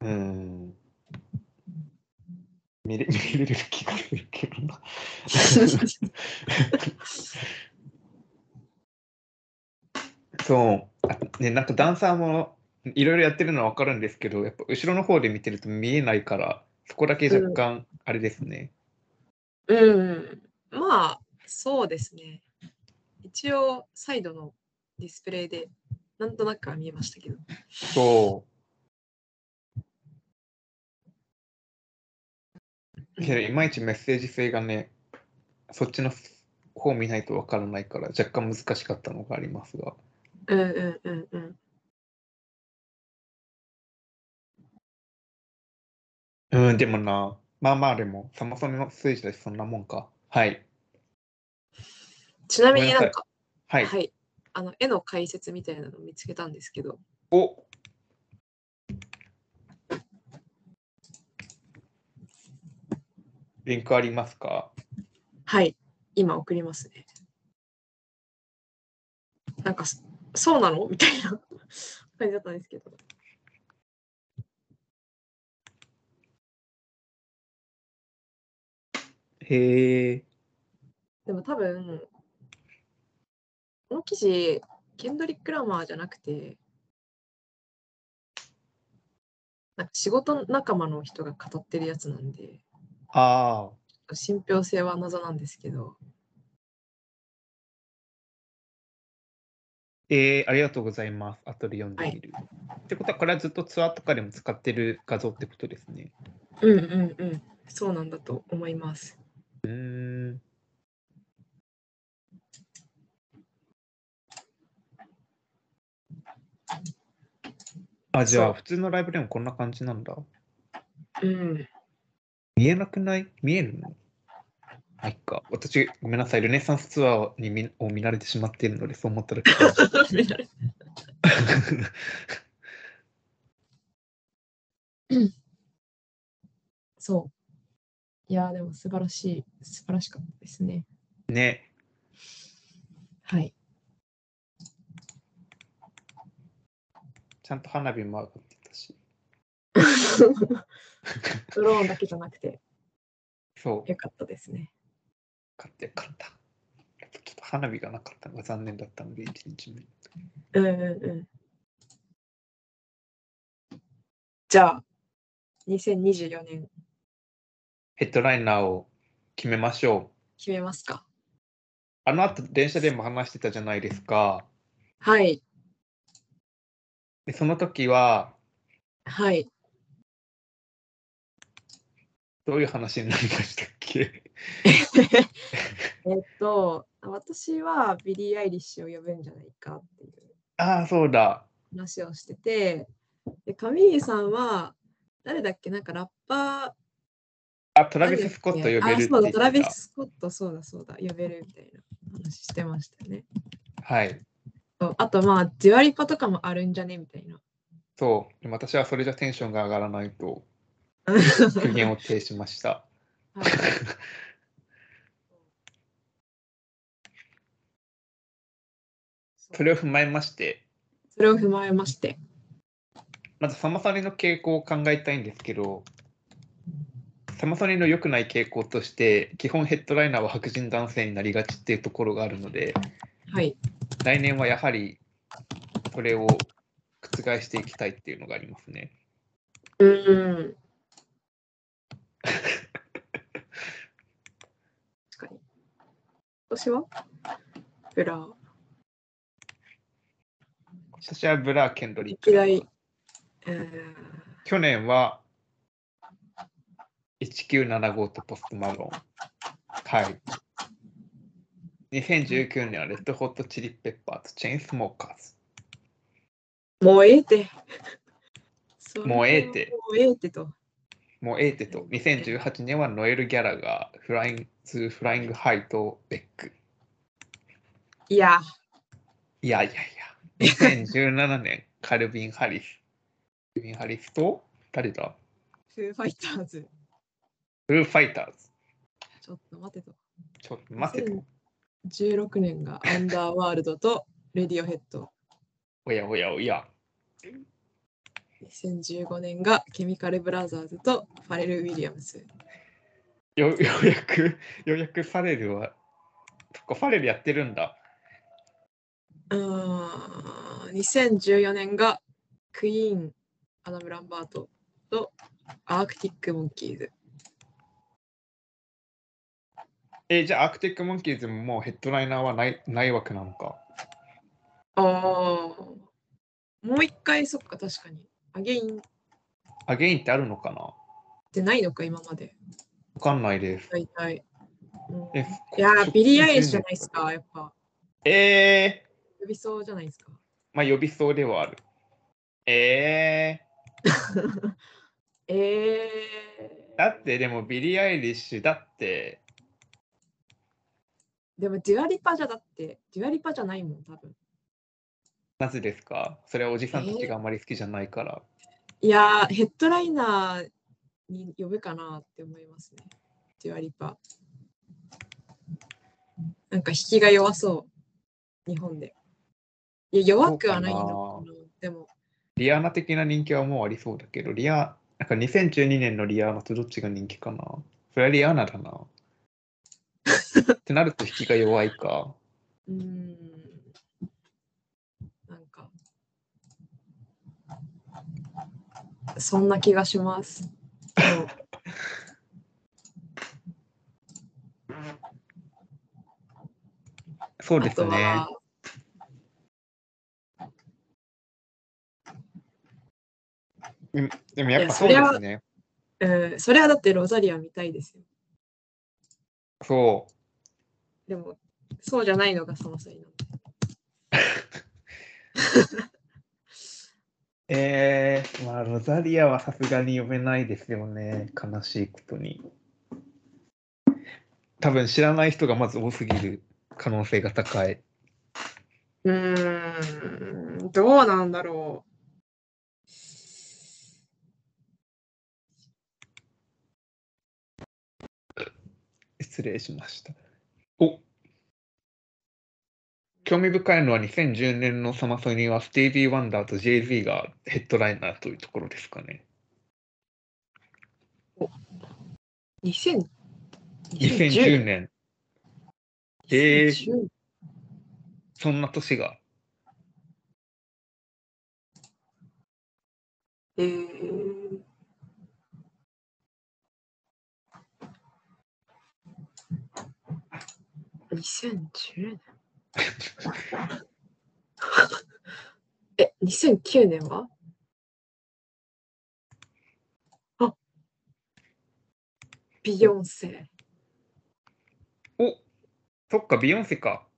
A: うん。見れ見れる気がするけどな。そう。あね、なんかダンサーもいろいろやってるのは分かるんですけど、やっぱ後ろの方で見てると見えないから、そこだけ若干あれですね。
B: うん、まあそうですね。一応サイドのディスプレイでなんとなくは見えましたけど。
A: そう。けど、いまいちメッセージ性がね、そっちの方見ないと分からないから、若干難しかったのがありますが。
B: うんうんうんうん。
A: うん、でもな、まあまあでも、サマソニのステージだし、そんなもんか。はい。
B: ちなみになんか、
A: はい。
B: はい、あの絵の解説みたいなのを見つけたんですけど、
A: おリンクありますか
B: はい、今送りますね。なんか、そそうなのみたいな感じだったんですけど。
A: へえ。
B: でも多分、この記事、ケンドリック・ラマーじゃなくて、なんか仕事仲間の人が語ってるやつなんで、
A: ああ。
B: 信憑性は謎なんですけど、
A: えー、ありがとうございます。後で読んでみる。ってことは、これはずっとツアーとかでも使ってる画像ってことですね。
B: うんうんうん、そうなんだと思います。
A: うーん。あ、じゃ
B: そ
A: あ、
B: う
A: 普通のライブでもこんな感じなんだ。
B: <laughs> うん、
A: 見えなくない見えるのはいか。私、ごめんなさい。ルネサンスツアーに見を見られてしまっているので、そう思ったら。
B: そう。いやー、でも素晴らしい、素晴らしかったですね。
A: ね。
B: はい。
A: <laughs> ちゃんと花火も上がってたし。
B: ドローンだけじゃなくて、
A: そう。
B: よかったですね。
A: 買ってよかった。やっぱちょっと花火がなかったのが残念だったので、1日目。
B: うんうんうん。じゃあ、2024年
A: ヘッドライナーを決めましょう。
B: 決めますか。
A: あの後、電車でも話してたじゃないですか。
B: はい、
A: でその時は、 <laughs>
B: はい。
A: どういう話になりましたっけ <laughs>
B: えっと、私はビリー・アイリッシュを呼ぶんじゃないかっていう
A: ああ、そうだ。
B: 話をしてて、でカミーユさんは、誰だっけなんかラッパー、
A: あ、トラビス・スコット呼べるって
B: あ、そう
A: 言
B: だ、
A: っ
B: トラビ
A: てた。
B: ス・スコット、そうだ、そうだ、呼べるみたいな話してましたよね。
A: はい。
B: そうあと、まあ、デュアリパとかもあるんじゃねみたい
A: <laughs>
B: な。
A: そう。でも私はそれじゃテンションが上がらないと苦言を呈しました。
B: はい
A: <laughs> それを踏まえまして、
B: それを踏まえまして。
A: まずサマソニの傾向を考えたいんですけど、サマソニの良くない傾向として、基本ヘッドライナーは白人男性になりがちっていうところがあるので、
B: はい。
A: 来年はやはりそれを覆していきたいっていうのがありますね。
B: うん。確かに。今年はブラー。
A: 私はブラー・ケンドリッ
B: 嫌い
A: ク。。去年は1975とポストマロン。はい。2019年はレッドホットチリペッパーとチェーンスモーカーズ。
B: もうええって。それは
A: もうええって
B: もうええってと。
A: もうええってと、2018年はノエル・ギャラがフライング・ツー・フライング・ハイとベック。
B: いや、
A: いやいやいや、2017年、
B: <laughs>
A: カルビン・ハリス。カルビン・ハリスと、誰だ
B: フーファイターズ。
A: フルーファイターズ。
B: ちょっと待てと。
A: ちょっと待ってと、
B: 16年がアンダーワールドとレディオヘッド。
A: おやおやおや。
B: 2015年がケミカルブラザーズとファレル・ウィリアムス。
A: よようやく、ようやくファレルは、そっか、ファレルやってるんだ。
B: うーん、2014年がクイーン、アダム・ランバートとアークティック・モンキーズ。
A: えーじゃあ、アークティック・モンキーズももうヘッドライナーはないない枠なのか。
B: あーもう一回そっか、確かに。アゲインっ
A: アゲインってあるのかなわ
B: てないのか、今まで。
A: かんないです。
B: 大体。うん
A: え
B: いやー、ビリー・アイリッシュじゃないですか、やっぱ。
A: えー、
B: 呼びそうじゃないですか。
A: まあ呼びそうではある。え
B: え
A: ー、
B: ー、
A: だってでもビリー・アイリッシュだって、
B: でもデュアリパじゃだって、デュアリパじゃないもん、多分。
A: なぜですかそれはおじさんたちがあまり好きじゃないから。
B: いやー、ヘッドライナーに呼ぶかなって思いますね。デュアリパ。なんか引きが弱そう、日本で。いや、弱くはないのかな。でも、
A: リアーナ的な人気はもうありそうだけど、リア、なんか2012年のリアーナとどっちが人気かなそれはリアーナだな。ってなると引きが弱いか。
B: うーん。なんか、そんな気がします。でも
A: そうですね。
B: あとは
A: でもやっ
B: い
A: ぱ
B: や
A: そ
B: そう
A: で
B: りゃ
A: すね。
B: うん、それはだってロザリア見たいですよ。
A: そう。
B: でも、そうじゃないのがその際なの。
A: えー、まあロザリアはさすがに読めないですよね。悲しいことに。多分知らない人がまず多すぎる可能性が高い。
B: うーん、どうなんだろ
A: 失礼しました。お興味深いのは2010年のサマソニーはスティービー・ワンダーと JZ がヘッドライナーというところですかね。
B: う。2000 2010
A: 2010年、えー
B: 2010
A: そんな年が。
B: えー2010年 <laughs> え、2009年はあビヨンセ、
A: おそっか、ビヨンセか。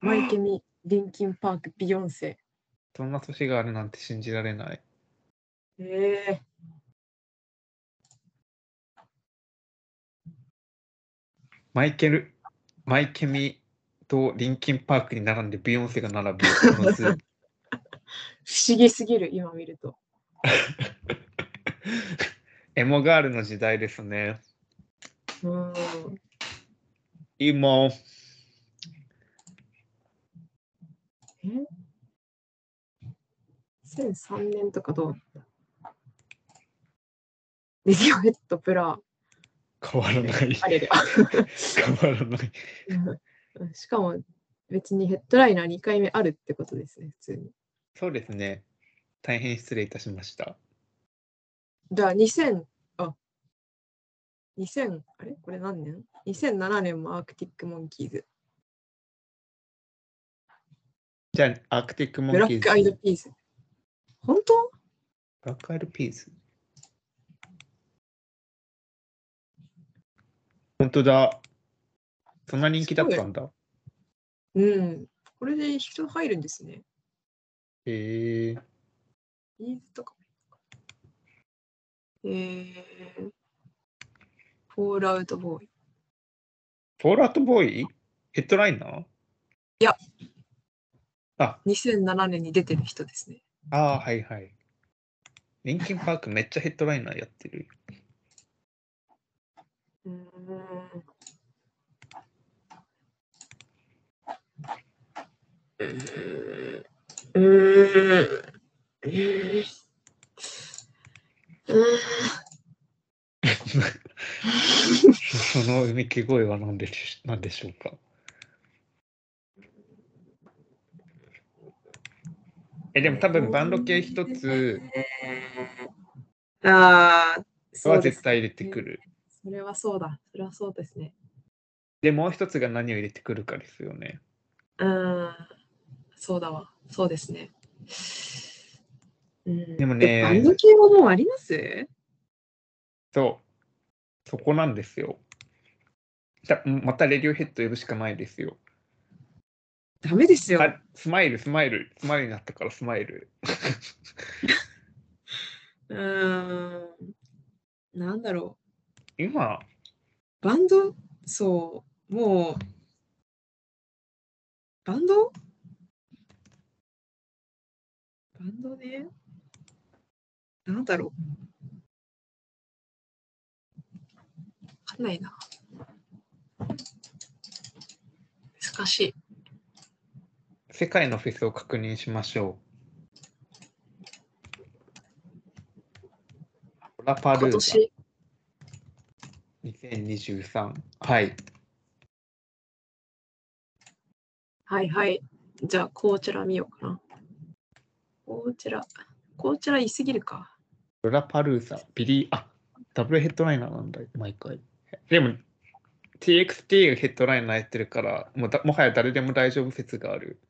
B: マイケミ、リンキンパーク、ビヨンセ。
A: そんな年があるなんて信じられない。
B: ええ
A: マイケル、マイケミとリンキンパークに並んでビヨンセが並ぶこの
B: <laughs>
A: 図。
B: 不思議すぎる、今見ると。
A: エモガールの時代ですね。
B: うーん。
A: 今、
B: え ?2003 年とかどうだったレディオヘッドプラ
A: 変わらない。
B: あれで。
A: 変わらない。
B: うん <laughs> しかも別にヘッドライナー2回目あるってことですね、普通に。
A: そうですね。大変失礼いたしました。
B: じゃあ2000、あ、2000、あれこれ何年 ?2007 年もアークティックモンキーズ、
A: じゃあ、アークティックモ
B: ブ
A: ン
B: ラ
A: キー
B: ッ
A: ズ。
B: クアイドピース。本当
A: ブラックアイドピーズ。本当だ。そんな人気だったんだ。
B: うん。これで人入るんですね。
A: へえ
B: ビーズとかもいいのか。えー、フォールアウトボーイ。
A: フォールアウトボーイヘッドライナー
B: いや。
A: あ、
B: 2007年に出てる人ですね。
A: ああ、はいはい。リンキンパークめっちゃヘッドライナーやってる。
B: うーん。うーん。うーんうーん
A: そのうめき声は何でし何でしょうかえ、でも多分バンド系一つ
B: えーああ、そ
A: は
B: うです
A: 絶。対入れてくる。
B: それはそうだ。それはそうですね。
A: で、もう一つが何を入れてくるかですよね。
B: うーん。そうだわ。そうですね。うん、
A: でもね
B: バンド系はもうあります
A: そう。そこなんですよ。たまたレディオヘッド呼ぶしかないですよ。
B: ダメですよ。
A: あスマイル、スマイル、スマイルになったからスマイル。
B: うーん。なんだろ
A: 今、
B: う。バンドそう。もう。バンドバンドね。なんだろう。わかんないな。難しい。
A: 世界のフェスを確認しましょう。ラパル
B: 今
A: ーザ
B: 年、
A: 2023。はい。
B: はいはい。じゃあ、こちら見ようかな。こちら、こちら言いすぎるか。
A: ロラパルーザ、ビリー、あ、ダブルヘッドライナーなんだ、毎回。でも、TXT がヘッドライナーやってるから、もうだもはや誰でも大丈夫説がある。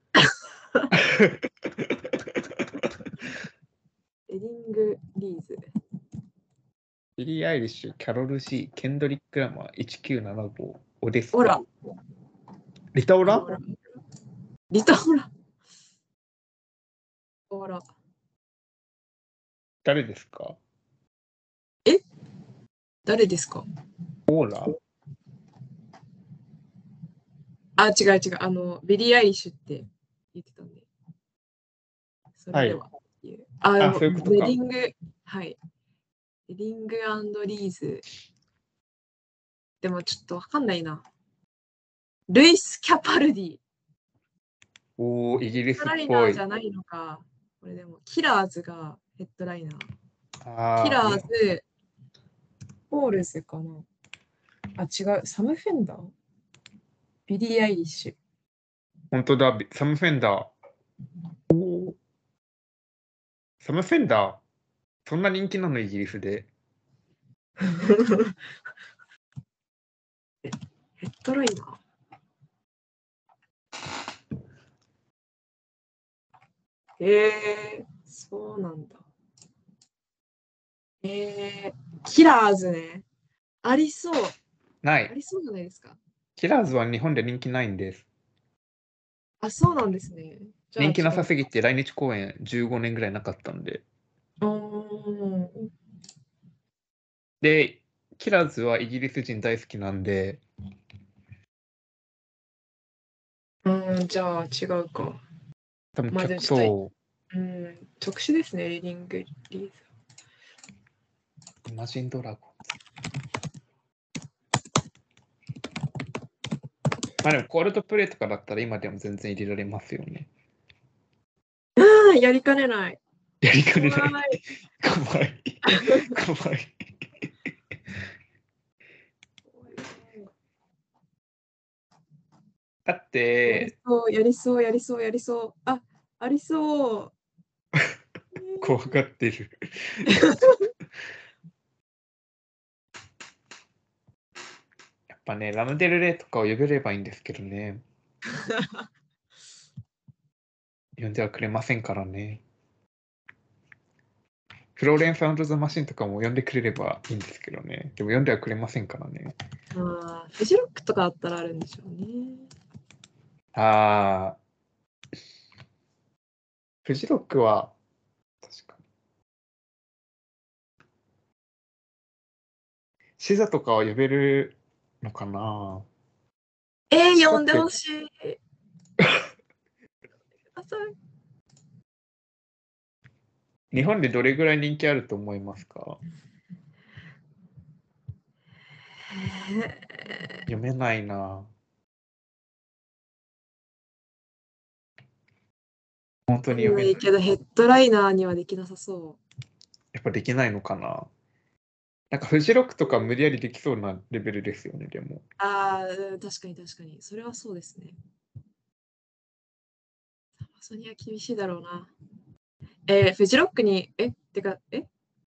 B: エディング・リーズ。
A: ビリー・アイリッシュ、キャロル・ジー、ケンドリック・ラマー、1975、オデスカ。
B: オラ。
A: リタオ
B: オ
A: ラ
B: リタオラ。オラ。
A: 誰ですか
B: 誰ですか
A: オーラ
B: あ、違う違う。あの、ビリー・アイリッシュって言ってたんで。それでは。っていうあ
A: あ
B: でも
A: そういうことか
B: ベリング、はい。ベリングリーズ。でもちょっとわかんないな。ルイス・キャパルディ。
A: おー、イギリ
B: ヘ
A: ス
B: ッ
A: っ
B: ドライナ
A: ぽ
B: ー
A: い
B: じ。ゃないのか。これでも、キラーズがヘッドライナー。
A: あ
B: キラ
A: ー
B: ーズ、ポールズかな。あ、違う、サム・フェンダービリー・アイリッシュ。
A: 本当だ、ビサム・フェンダー。サム・フェンダー、そんな人気なの、イギリスで。
B: ヘッドライナー。えー、そうなんだ。えー、キラーズね。ありそう。
A: な
B: あ
A: い。
B: りそうじゃないですか。
A: キラーズは日本で人気ないんです。
B: あ、そうなんですね。じゃあ
A: 人気なさすぎて来日公演15年ぐらいなかったんで。
B: うーん。
A: で、キラーズはイギリス人大好きなんで、
B: うーん、じゃあ違うか。
A: 多分
B: ま
A: 客、
B: あでもちょっと
A: そう
B: ーん、特殊ですね、リーディングリリーズ。
A: イマジンドラゴンズ。まあでも、コールドプレイとかだったら今でも全然入れられますよね。
B: ああ、やりか
A: <laughs>
B: ねない。
A: やりかねない。
B: 怖い。
A: 怖い。怖い。だっ
B: やり
A: て、
B: そう、やりそう、やりそう、やりそう。あ、ありそう。 <laughs>
A: 怖がってる。やっぱね、ラムデルレイとかを呼べればいいんですけどね。呼んではくれませんからね。フローレンス・アンド・ザ・マシンとかも呼んでくれればいいんですけどね。でも呼んではくれませんからね。
B: ああ、フジロックとかあったらあるんでしょうね。
A: ああ。フジロックは、確かに。シザとかは呼べるのかな
B: え
A: 近くて
B: ー、呼んでほしい。 <laughs> あそう
A: 日本でどれぐらい人気あると思いますか
B: え
A: 読めないな。本当
B: ー
A: に読め
B: い
A: ない
B: い。けどヘッドライナーにはできなさそ
A: やっぱできないのかななんかフジロックとか無理やりできそうなレベルですよね、でも
B: う。。ああ、うん確かに確かに。それはそうですね。サマソニは厳しいだろうな。えー、フジロックに、え、てか、え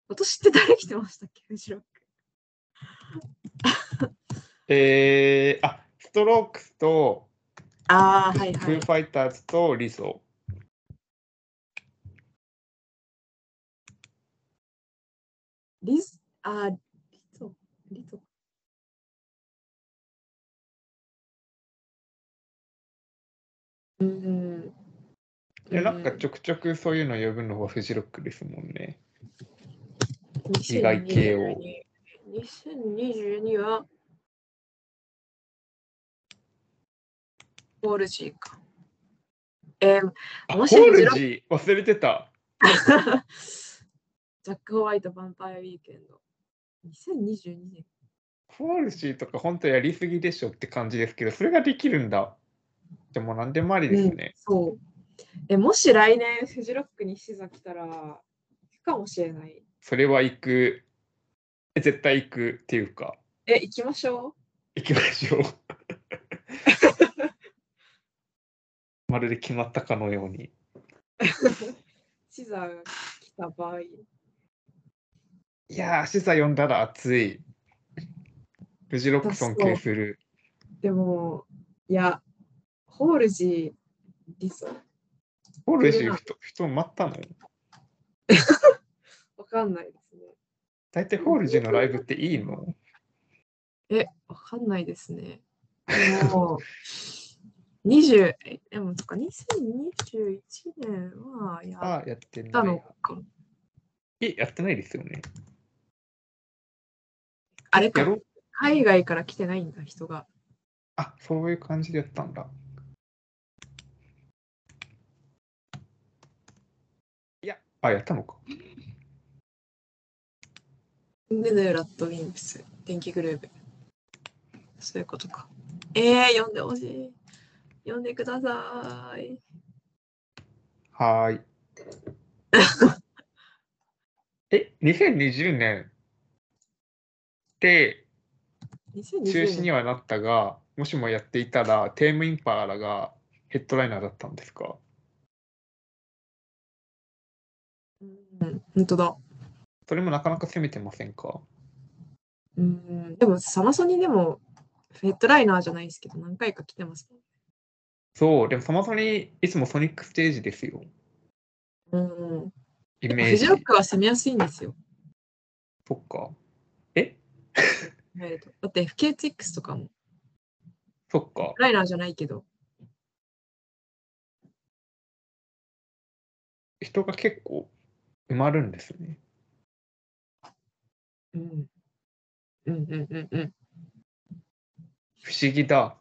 B: 私って誰来てましたっけフジロック。
A: えー、あストロークスと、
B: ああ、はい
A: フ
B: は
A: ー
B: い
A: フ。ァイターズとリゾ。
B: リズ、あー、リゾ、リゾ。うん。
A: で、なんか
B: うん
A: ちょくちょくそういうの呼ぶのはフジロックですもんね。
B: 2022
A: 意外系を
B: 2022は、ボールジーか。えー、 <laughs>
A: あ、ホ
B: 面白
A: ー
B: い
A: ルジー忘れてた。
B: ジャック・ホワイト・ヴァンパイア・ウィークエンド。2022年。
A: ホールジーとか本当やりすぎでしょって感じですけど、それができるんだ。でもなんでもありですね。
B: そう。え、もし来年、フジロックにシザ来たら、行くかもしれない。
A: それは行く。え絶対行くっていうか、
B: え、行きましょう。
A: 行きまし
B: <laughs>
A: ょう。まるで決まったかのように。
B: <laughs> シザーが来た場合。
A: いやー、資産読んだら熱い。フジロック尊敬する。
B: でも、いや、ホールジー、理想。
A: ホールジー、ふと人待ったの
B: わかんないですね。
A: 大体ホールジーのライブっていいの
B: え、わかんないですね。でも <laughs> 20、えでも、そっか、2021年はやっ
A: ああ、やって
B: た
A: な
B: の
A: い。
B: か。
A: え、やってないですよね。
B: あれ
A: や
B: か
A: ろ、う
B: 海外から来てないんだ、人が。
A: あ、そういう感じでやったんだ。いや、あ、やったのか。
B: メヌラットウィンプス、電気グルーブ。そういうことか。えー、読んでほしい。読んでください。
A: はーい。え、2020年って
B: 2020年
A: 中止にはなったが、もしもやっていたら、テームインパーラがヘッドライナーだったんですか
B: うん、本当だ。
A: それもなかなか攻めてませんか
B: うん、でも、サマソニでも、ヘッドライナーじゃないですけど、何回か来てますね。
A: そう、でもそもそもにいつもソニックステージですよ。
B: うんうん。
A: イ
B: フ
A: メー
B: ジ
A: ジ。
B: ロックは攻めやすいんですよ。
A: そっか。え
B: 考えるとだって FK6 とかも、
A: そっか。
B: ライナーじゃないけど、
A: 人が結構埋まるんですね。
B: うん。うんうんうんうん。
A: 不思議だ。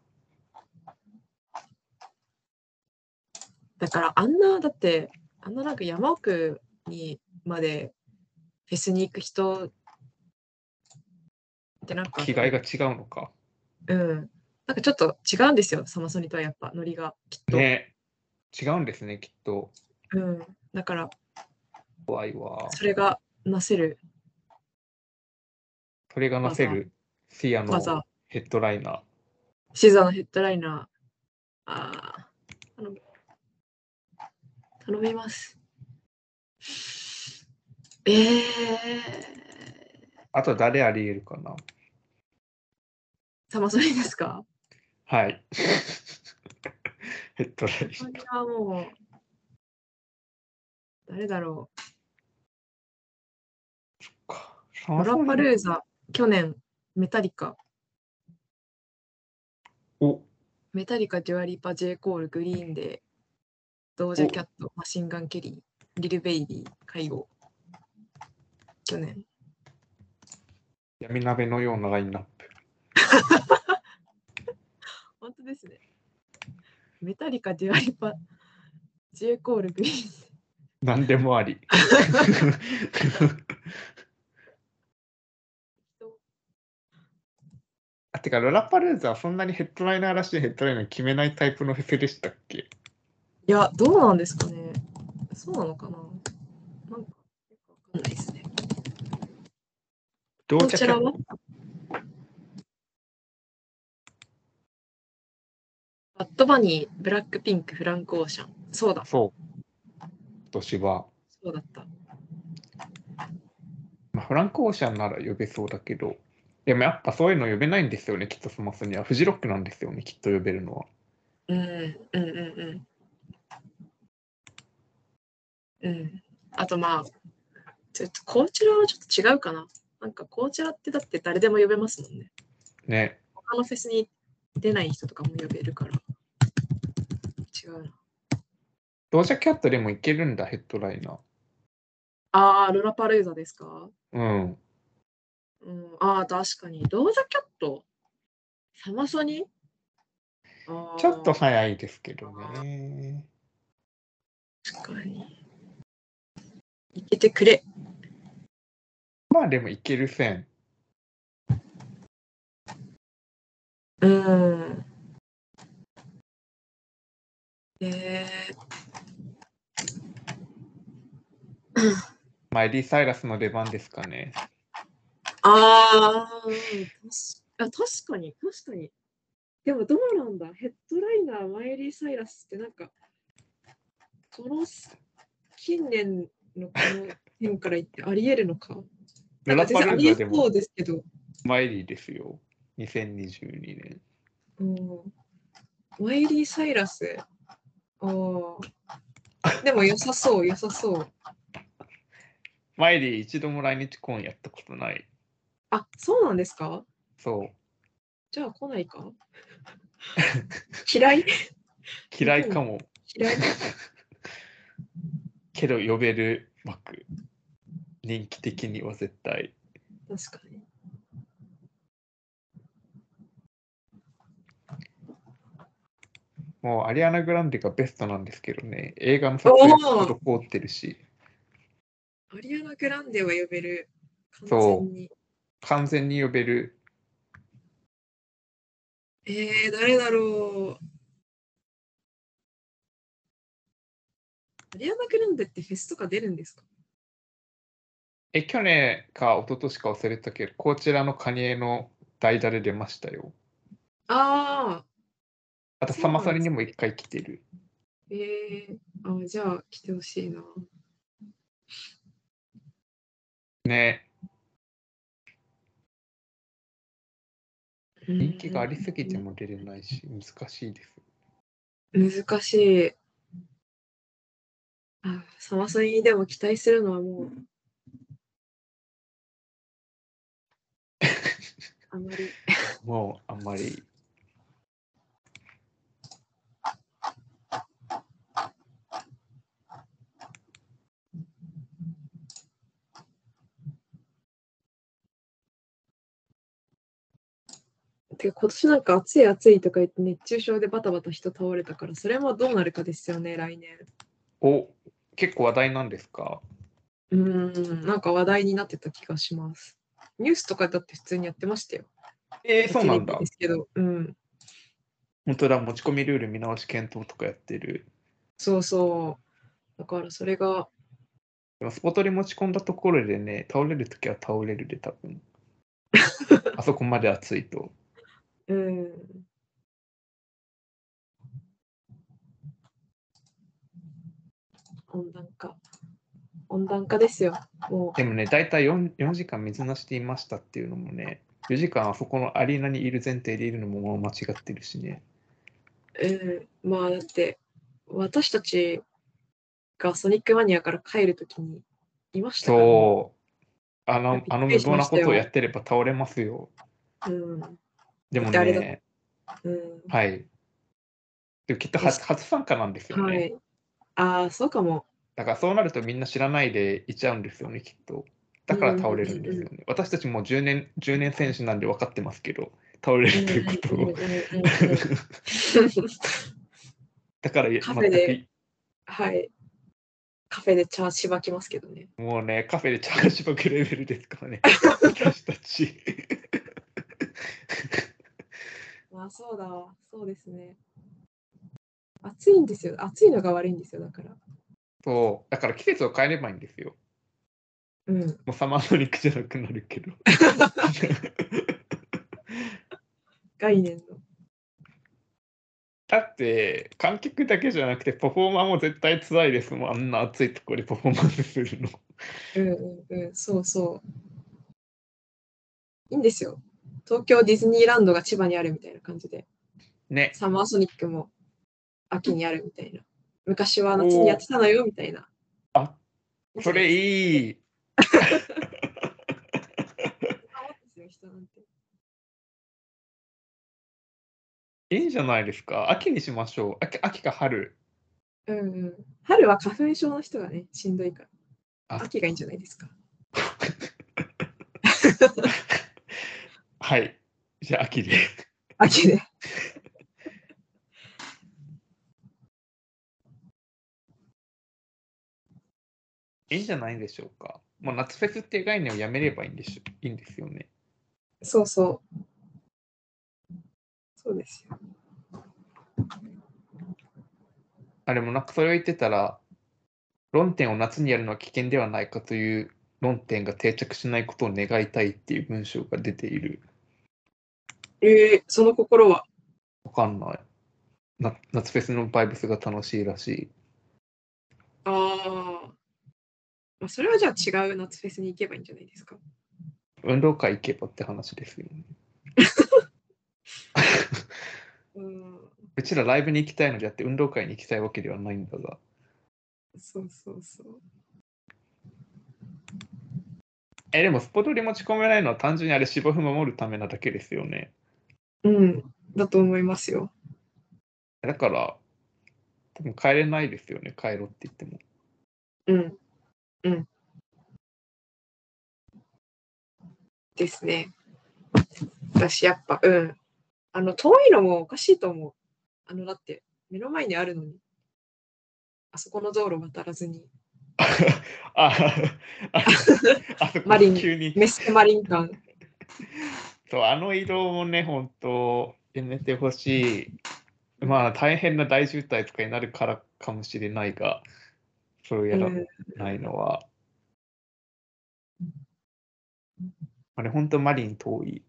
B: だから、あんな、だって、あんななんか山奥にまでフェスに行く人ってなんか、
A: 気概が違うのか。
B: うん。なんかちょっと違うんですよ、サマソニとはやっぱ、ノリが、きっと。
A: ね。違うんですね、きっと。
B: うん。だから、
A: 怖いわ。
B: それがなせる
A: それがなせるシアの
B: 技。
A: ヘッドライナー。
B: シザーのヘッドライナー。あー頼む頼みます。えー、
A: あと誰あり得るかな
B: サマソニですか
A: はい。 <laughs> ヘッドライナ
B: サマソ
A: ー。
B: ニはもう、誰だろ
A: サ
B: う。
A: マ
B: ロラ
A: ソ
B: ッ
A: ニ
B: パルーザ、去年、メタリカ、
A: お
B: メタリカ、デュアリパ、ジェイコール、グリーンで、ドージャキャット、マシンガン・ケリー、リル・ベイビー、介護。去年。
A: 闇鍋のようなラインナップ。
B: 本当ですね。メタリカ、デュアリパ、ジェコール、グリーンズ。
A: 何でもあ
B: <laughs>
A: り。あてか、ララパルーズはそんなにヘッドライナーらしいヘッドライナー決めないタイプのフェスでしたっけ
B: いや、どうなんですかね。そうなのかな。なんか、よくわかんないですね。
A: ど
B: こ
A: う
B: ちらはバッドバニー、ブラックピンク、フランクオーシャン。そうだ、
A: そう。今年は、
B: そうだった。
A: まあ、フランク・オーシャンなら呼べそうだけど、でもやっぱそういうの呼べないんですよね、きっとスマスには。フジロックなんですよね、きっと呼べるのは。
B: うん、うん、うん、うん。うん。あとまあ、ちょっと、こちらはちょっと違うかな。なんか、こちらってだって誰でも呼べますもんね。
A: ね。
B: 他のフェスに出ない人とかも呼べるから。違うな。
A: ドージャキャットでもいけるんだ、ヘッドライナ
B: あー、ロラパルーザですか
A: ー。うん。
B: うん、ああ、確かに。ドージャキャットサマソニあー
A: ちょっと早いですけどね。
B: 確かに。いけてくれ。
A: まあでもいける線。
B: うん。え
A: まあエリー・サイラスの出番ですかね。
B: ー、ああ、確あ、確かに、確かに。でもどうなんだヘッドライナー、マイリー・サイラスってなんか、この近年のこの辺から言ってありえる
A: <laughs>
B: のか
A: ラ
B: なん
A: ラ
B: か
A: パ
B: 全然あ
A: ル
B: り
A: ー
B: え
A: ザで
B: そ
A: も
B: うですけど。
A: マイリーですよ。2022年。
B: うんマイリー・サイラス。あーでも良さそう、良さそう。
A: マイリー一度も来日コンやったことない。
B: あ、そうなんですか
A: そう。
B: じゃあ来ないか嫌い
A: 嫌いかも。
B: 嫌い
A: けど呼べる枠。人気的には絶対。
B: 確かに。
A: もうアリアナ・グランデがベストなんですけどね。映画の撮影も滞ってるし、
B: アリアナ・グランデは呼べる。完
A: そう
B: 全に。
A: 完全に呼べる。
B: えー、誰だろうアリアナ・グランデってフェスとか出るんですか
A: え、去年か一昨年か忘れたけど、こちらのカニエの代打で出ましたよ。
B: ああ、
A: あと
B: そう
A: サ
B: なん
A: マ
B: ですね
A: ソリにも一回来てる。
B: えー、あーじゃあ来てほしいな。
A: ね。人気がありすぎて
B: うん
A: も出れないし、難しいです。
B: 難しい。あサマソニにでも期待するのはも
A: <laughs>
B: う。あんまり。
A: もうあんまり。
B: てか今年なんか暑い暑いとか言って熱中症でバタバタ人倒れたから、それもどうなるかですよね、来年。
A: お、結構話題なんですか
B: うーん、なんか話題になってた気がします。ニュースとかだって普通にやってましたよ。
A: えー、そうなんだ
B: テレビで。すけど、うん。
A: 本当だ、持ち込みルール見直し検討とかやってる。
B: そうそう。だからそれが、
A: でもスポトに持ち込んだところでね、倒れるときは倒れるで、多
B: <laughs>
A: 分あそこまで暑いと。
B: うん。温暖化。温暖化ですよ。も
A: でもね、大体 4, 4時間水なしでいましたっていうのもね、4時間あそこのアリーナにいる前提でいるのももう間違ってるしね。
B: う、うん。まあ、だって、私たちがソニックマニアから帰るときにいましたからね、
A: そう。あ
B: いや
A: の
B: びっくり
A: あの無謀なこと
B: しました
A: を
B: よ
A: やってれば倒れますよ。
B: うん。
A: でも
B: 誰だ
A: ね、
B: うん。
A: はい。でもきっと
B: よ
A: 初
B: し
A: 初参加なんですよね。
B: はい。ああ、そうかも。
A: だからそうなるとみんな知らないでいちゃうんですよね、きっと。だから倒れるんですよね。私たちもう10年、10年選手なんで分かってますけど、倒れるということを。だから、全
B: カフェで
A: く
B: はい。カフェで茶しばきますけどね。
A: もうね、カフェで茶菓子爆レベルですから <laughs> ね、私たち。
B: あ、そうだわ。そうですね。暑いんですよ。暑いのが悪いんですよ。だから。
A: そう、だから季節を変えればいいんですよ。
B: うん。 <laughs>
A: もうサマーソニックじゃなくなるけ <laughs> ど。
B: 概念の。
A: だって、観客だけじゃなくて、パフォーマーも絶対辛いですもん、あんな暑いところでパフォーマンスするの。
B: うんうんうん。そうそう。いいんですよ。東京ディズニーランドが千葉にあるみたいな感じで。
A: ね、
B: サマーソニックも秋にあるみたいな。昔は夏にやってたのよみたいな。
A: あそれ
B: い。
A: いい。
B: 人なんて
A: いいんじゃないですか。秋にしましょう。秋秋か春。
B: うんうん、春は花粉症の人がね、しんどいから。
A: あ
B: 秋がいいんじゃないです <laughs> か。
A: はい。じゃあ秋で。
B: 秋で。
A: いいんじゃないでしょうか。もう夏フェスっていう概念をやめればいいんでしょいいんですよね。
B: そうそう。そうですよ。
A: あれもなんかそれを言ってたら、論点を夏にやるのは危険ではないかという論点が定着しないことを願いたいっていう文章が出ている。
B: えー、その心は。
A: わかんない。な夏フェスのバイブスが楽しいらしい。
B: あーまあ。それはじゃあ違う夏フェスに行けばいいんじゃないですか。
A: 運動会行けばって話ですよね。
B: うん。
A: うちらライブに行きたいのであって運動会に行きたいわけではないんだが。
B: そうそうそう。
A: え、でもスポドリ持ち込めないのは単純にあれ芝生守るためなだけですよね。
B: うん。だと思いますよ。
A: だから、多分帰れないですよね、帰ろうって言っても。
B: うん。うん。ですね。私やっぱ、うん。あの、遠いのもおかしいと思う。あの、だって、目の前にあるのに、あそこの道路渡らずに、
A: あ <laughs>
B: <laughs>
A: あ、あそこ
B: マリン
A: 急に。
B: メステマリン感。
A: そう、あの移動もね、本当やめてほしい。まあ、大変な大渋滞とかになるからかもしれないが、それをやら
B: うん
A: ないのは。あれ、本当マリン遠い。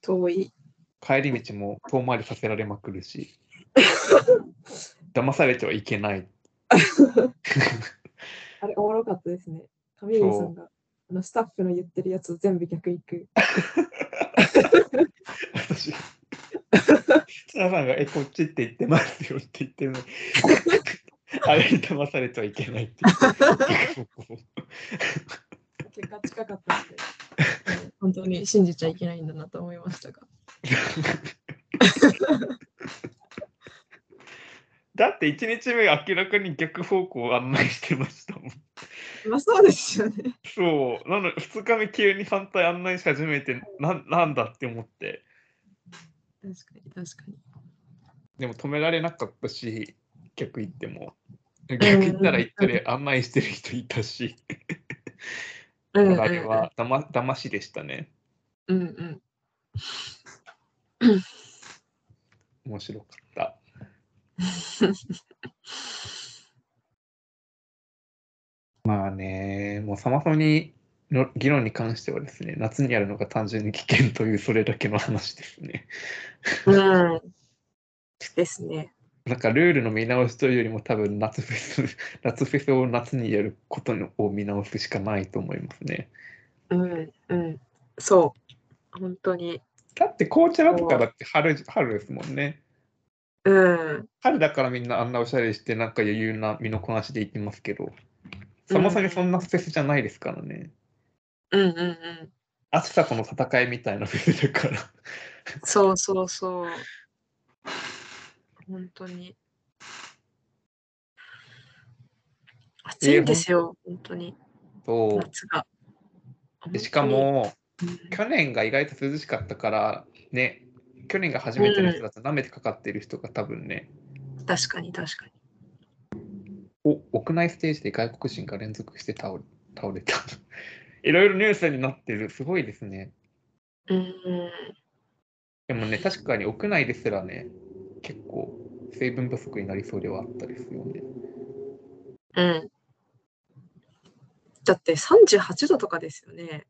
B: 遠い。
A: 帰り道も遠回りさせられまくるし騙されてはいけない
B: あれ、おもろかったですね。上
A: そう
B: 入さんが、あの、スタッフの言ってるやつを全部逆行く。
A: 私ツナさんが「えこっちって言ってますよ」って言ってるのにあれに騙されてはいけないっていう
B: 結果近かったん <laughs> で、うん本当に信じちゃいけないんだなと思いましたが。
A: だって1日目明らかに逆方向を案内してましたもん
B: まあ、そうですよね。
A: そうなの2日目急に反対案内し始めてなんなんだって思って
B: 確かに、確かに。
A: でも止められなかったし、逆行っても。逆行ったら行ったり案内してる人いたし、だ
B: うんう
A: からあ
B: んうん
A: れはだまだましでしたね。
B: うんうん。
A: 面白かった。 <laughs> まあね、もうサマソニの議論に関してはですね、夏にやるのが単純に危険というそれだけの話ですね。 <laughs>
B: うん。ですね。
A: なんかルールの見直しというよりも多分夏フェス、夏フェスを夏にやることを見直すしかないと思いますね。
B: うんうん。そう。本当に。
A: だって紅茶とかだって春春ですもんね。
B: うん。
A: 春だからみんなあんなおしゃれしてなんか余裕な身のこなしで行きますけど、そもそもそんなフェスじゃないですからね。
B: うんうんうん。
A: 暑さとの戦いみたいなフェスだから。
B: そうそうそう。本当に。暑いんですよ、本当に。
A: そう、
B: 夏が。
A: でしかも去年が意外と涼しかったからね去年が初めての人だと舐めてかかってる人が多分ね、
B: 確かに確かに
A: お屋内ステージで外国人が連続して倒れ倒れた <laughs> いろいろニュースになってるすごいですね
B: うん
A: でもね確かに屋内ですらね結構水分不足になりそうではあったですよね
B: うんだって38度とかですよね、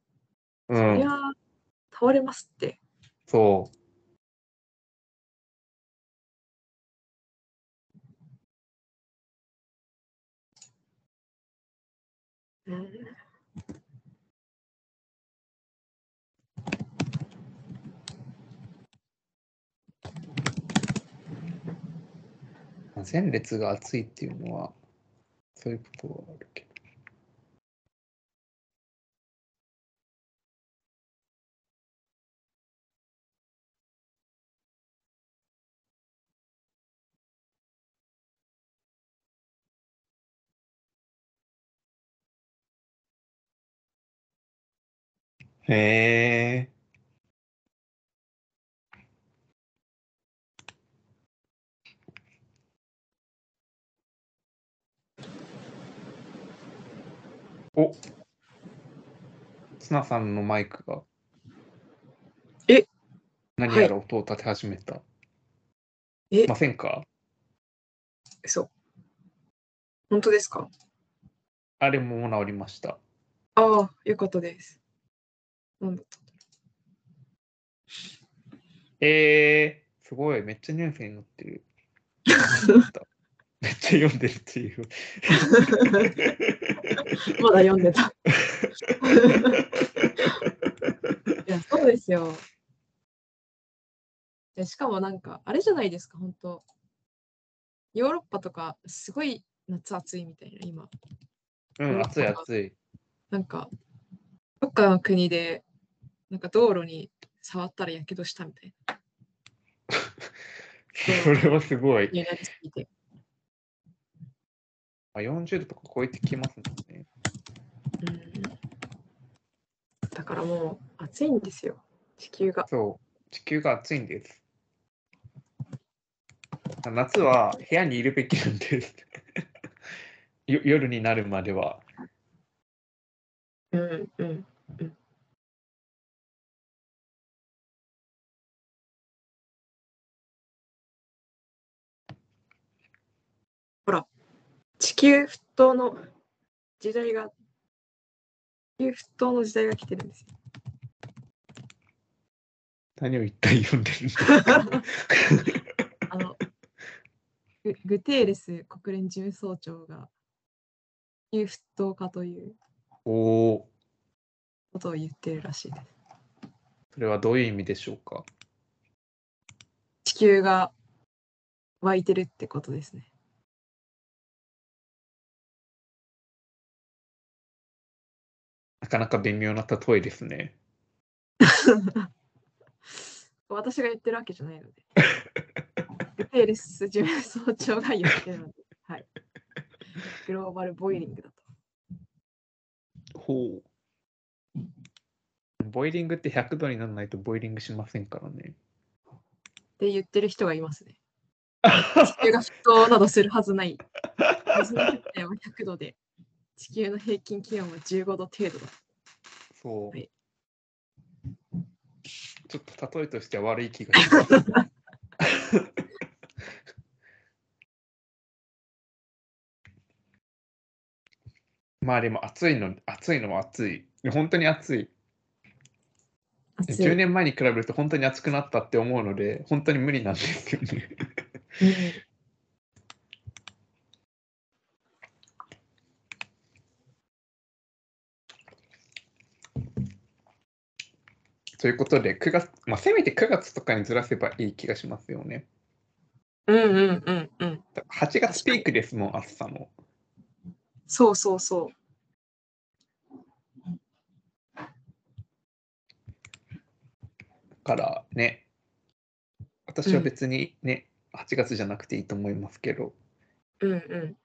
A: う
B: い
A: ん
B: や倒れますって
A: そう
B: うん
A: 前列が暑いっていうのは、そういうことはあるけど。へえ。おツナさんのマイクが。
B: え
A: 何やら音を立て始めた。
B: え
A: ませんか
B: そう本当ですか
A: あれももう治りました。
B: ああよかったですなんだった
A: えー、すごい、めっちゃニュースになって <laughs> る。めっちゃ読んでるって <laughs> いう。
B: <laughs> まだ読んで <laughs> た。いや、そうですよ。でしかもなんか、あれじゃないですか、本当ヨーロッパとか、すごい夏暑いみたいな、今。
A: うん、暑い暑い。
B: なんか、どっかの国で、なんか道路に触ったらやけどしたみたいな
A: それはすごい。
B: になりすぎて。
A: あ40度とか超えてきますもんね。
B: うんだからもう、暑いんですよ、地球が。
A: そう、地球が暑いんです。夏は部屋にいるべきなんです。よ夜になるまでは。
B: うんうんうん。ほら、地球沸騰の時代が、地球沸騰の時代が来てるんですよ。
A: 何を一体読んでるの
B: あの、ググテーレス国連事務総長が、地球沸騰化という
A: おお、
B: ことを言ってるらしいです。
A: それはどういう意味でしょうか
B: 地球が湧いてるってことですね。
A: なかなか微妙な例えですね。
B: 私が言ってるわけじゃないので。グテーレス事務総長が言ってるので、はい。グローバルボイリングだと。
A: ほう。ボイリングって100度にならないとボイリングしませんからね。
B: って言ってる人がいますね。地球が沸騰などするはずない。水の沸点は100度で、地球の平均気温は15度程度だ。
A: そう。
B: はい
A: ちょっと例えとしては悪い気がします。 <laughs> まあでも暑いの、暑いのは暑い。本当に暑い。
B: 暑い。
A: 10年前に比べると本当に暑くなったって思うので、本当に無理なんですよね。
B: うん
A: ということで、9月、まあ、せめて9月とかにずらせばいい気がしますよね。
B: うんうんうんうん。
A: 8月ピークですもん、暑さの。
B: そうそうそう。
A: からね、私は別にね、8月じゃなくていいと思いますけど、
B: うんうん。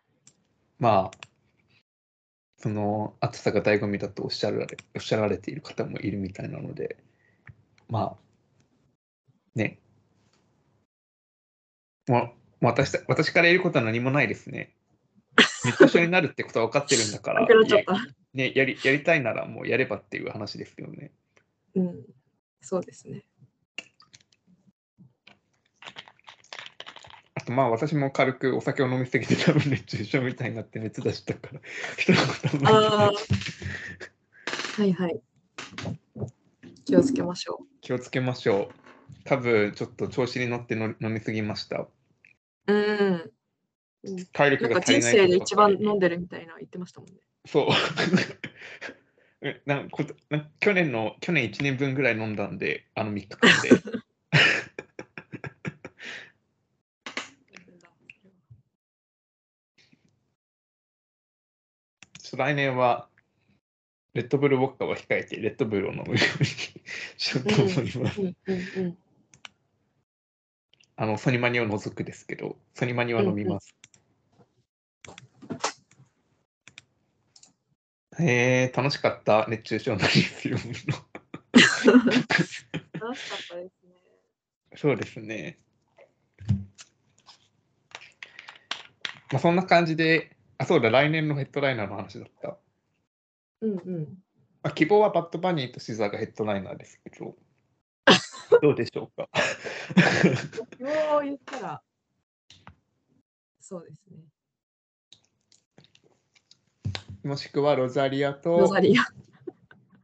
A: まあ、その暑さが醍醐味だとおっしゃられおっしゃられている方もいるみたいなのでまあねま私た私から言えることは何もないですね。熱中症になるってことは分かってるんだ
B: <laughs>
A: から
B: なくなっちゃった。
A: ね、やりやりたいならもうやればっていう話ですよね。
B: うん。そうですね。
A: あとまあ私も軽くお酒を飲みすぎて多分熱中症みたいになって熱出したから、 <laughs> 人のことはな
B: あ
A: いけど
B: あ。はいはい。気をつけましょ
A: 気をつけましょう。多分ちょっと調子に乗っての飲みすぎました。
B: う。うん。
A: 体力
B: なん
A: が
B: か
A: 足り
B: 人
A: ない
B: 生で一番
A: ことばか
B: 飲んでるみたいな言ってましたもんね。
A: りそう。 <laughs> えなんことなん去年の去年1年分ぐらい飲んだんで、あの3日間で。
B: <laughs>
A: ちょっと来年は、レッドブルウォッカは控えて、レッドブルを飲むようにしようと思います。
B: うんうんうん。
A: あの、ソニマニを除くですけど、ソニマニは飲みます。えー、楽しかった、熱中症のリス読むの。 <laughs>
B: 楽しかったですね。
A: そうですね。まあ、そんな感じで、あ、そうだ、来年のヘッドライナーの話だった。
B: うんうん。
A: まあ、希望はバッドバニーとシザーがヘッドライナーですけ
B: <laughs>
A: ど、どうでしょうか。
B: 希望を言ったら、そうですね。
A: もしくはロザリア
B: ロ
A: と
B: ザ、リア。
A: あ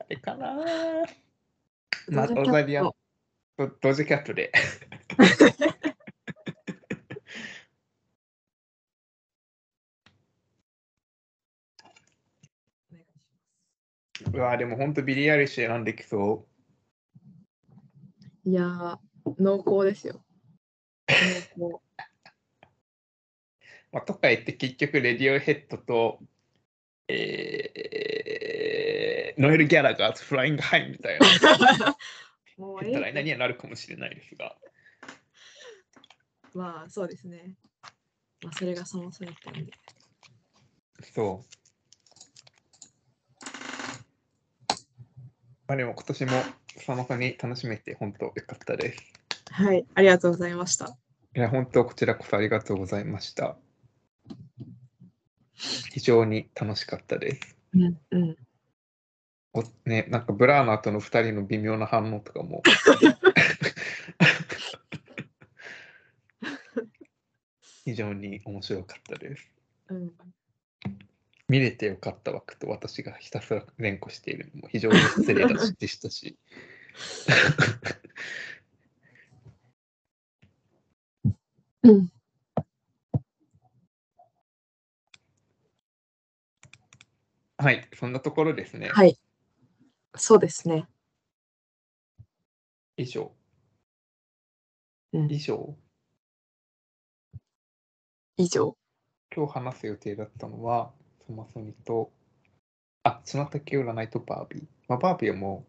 A: れかなまあ、ロザリア
B: <laughs> ロ
A: とドジキャットで。
B: ザリアお願いします
A: うわーでも本当ビリー・アイリッシュ選んできそ
B: いやー、濃厚ですよ。濃厚。
A: う。まあ、とか言って結局、レディオヘッドと、えーノエル・ギャラガーとフライング・ハイみたいな <laughs>
B: もう
A: ヘッドライナー
B: え
A: にはなるかもしれないですが、
B: まあそうですね。まあそれがそもそもだったんで。
A: そう。まあ、でも今年もさまさに楽しめて本当よかったです。
B: はい、ありがとうございました。
A: いや、本当、こちらこそありがとうございました。非常に楽しかったです。
B: うんうん。
A: おね、なんかブラーナーとの2人の微妙な反応とかも。非常に面白かったです。
B: うん、
A: 見れてよかった枠と私がひたすら連呼しているのも非常に失礼だしでしたし。
B: うん
A: はい、そんなところですね。
B: はい。そうですね。
A: 以上。
B: うん
A: 以上。
B: 以上。
A: 今日話す予定だったのは、ソマソニと、あ、砂竹占いとバービー。まあ、バービーはも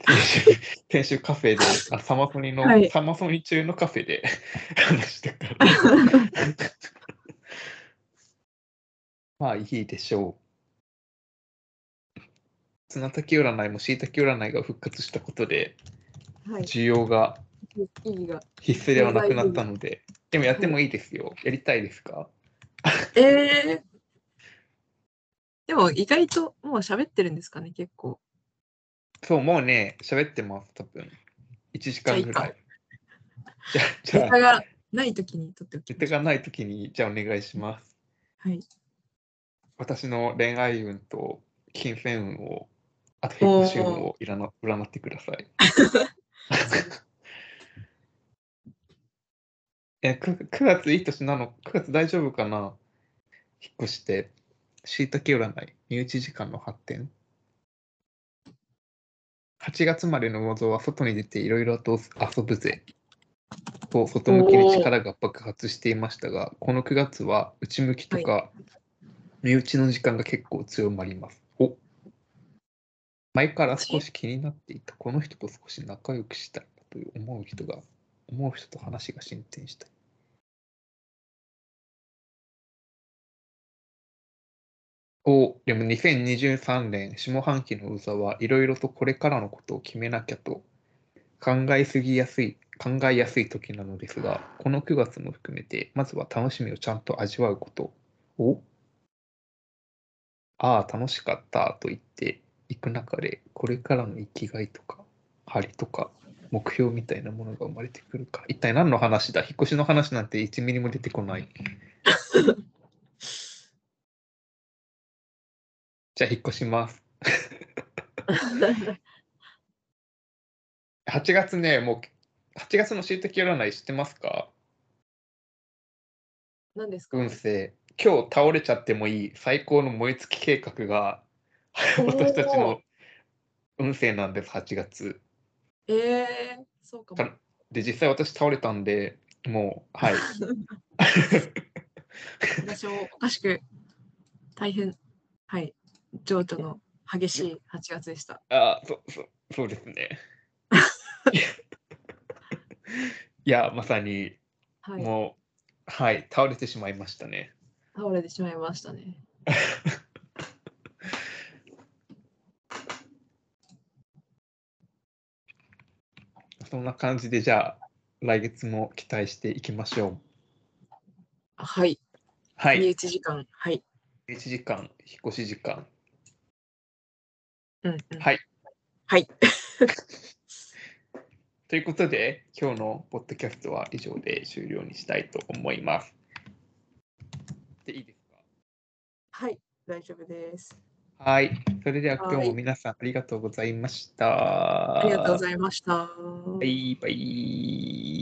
A: う、先週、 <laughs> 先週カフェで、あサマソニの、
B: はい
A: サマソニ中のカフェで <laughs> 話したから。 <laughs> まあ、いいでしょう。砂竹占いも椎茸占いが復活したことで、
B: はい。
A: 需要が
B: 意義が。
A: 必須ではなくなったので、でもやってもいいですよ。やりたいですか
B: ええでも意外ともう喋ってるんですかね、結構。
A: そう、もうね、喋ってます、多分。1時間ぐらい。じゃあ、じ
B: ネ
A: ゃ
B: タ
A: あ、
B: がないときに撮っておき
A: ネ
B: ま
A: タ
B: しょ
A: がないときに、じゃあお願いします。
B: う。はい。
A: 私の恋愛運と金銭運を、あと引っ越し運を占な占ってください。え 9, 月いい年なの ?9 月大丈夫かな引っ越して、しいたけ占い、身内時間の発展。8月までの模造は外に出ていろいろと遊ぶぜ。と外向きに力が爆発していましたが、この9月は内向きとか身内の時間が結構強まります。お前から少し気になっていたこの人と少し仲良くしたいという思う人が思う人と話が進展したい。を、でも2023年下半期のうざはいろいろとこれからのことを決めなきゃと考えすぎやすい、考えやすい時なのですが、この9月も含めて、まずは楽しみをちゃんと味わうことを、ああ、楽しかったと言っていく中で、これからの生きがいとか、張りとか、目標みたいなものが生まれてくるか。一体何の話だ引っ越しの話なんて1ミリも出てこ
B: <laughs>
A: ない。じゃあ引っ越します。8月ね、もう8月の椎茸占い知ってますか
B: 何ですか、
A: 運勢。今日倒れちゃってもいい最高の燃え尽き計画が
B: おー
A: 私たちの運勢なんです、8月。
B: ええー、そうか
A: た
B: も。
A: で、実際私倒れたんで、もう、 <laughs> はい。
B: 私もおかしく、大変、はい、情緒の激しい8月でした。
A: あそそそうですね。いや、まさに、
B: はい、
A: もう、はい、倒れてしまいましたね。
B: 倒れてしまいましたね。
A: そんな感じで、じゃあ、来月も期待していきましょう。
B: あはい、
A: は
B: 身
A: い、
B: 内時間、はい。
A: 1時間、引っ越し時間。
B: うんうん、
A: はい。
B: はい。
A: ということで、今日のポッドキャストは以上で終了にしたいと思います。で、いいです
B: はい、大丈夫です。
A: かはい、それでは今
B: は
A: 日も
B: い
A: 皆さんありがとうございました。
B: あ
A: あ
B: りがとうございました。
A: バイバイ。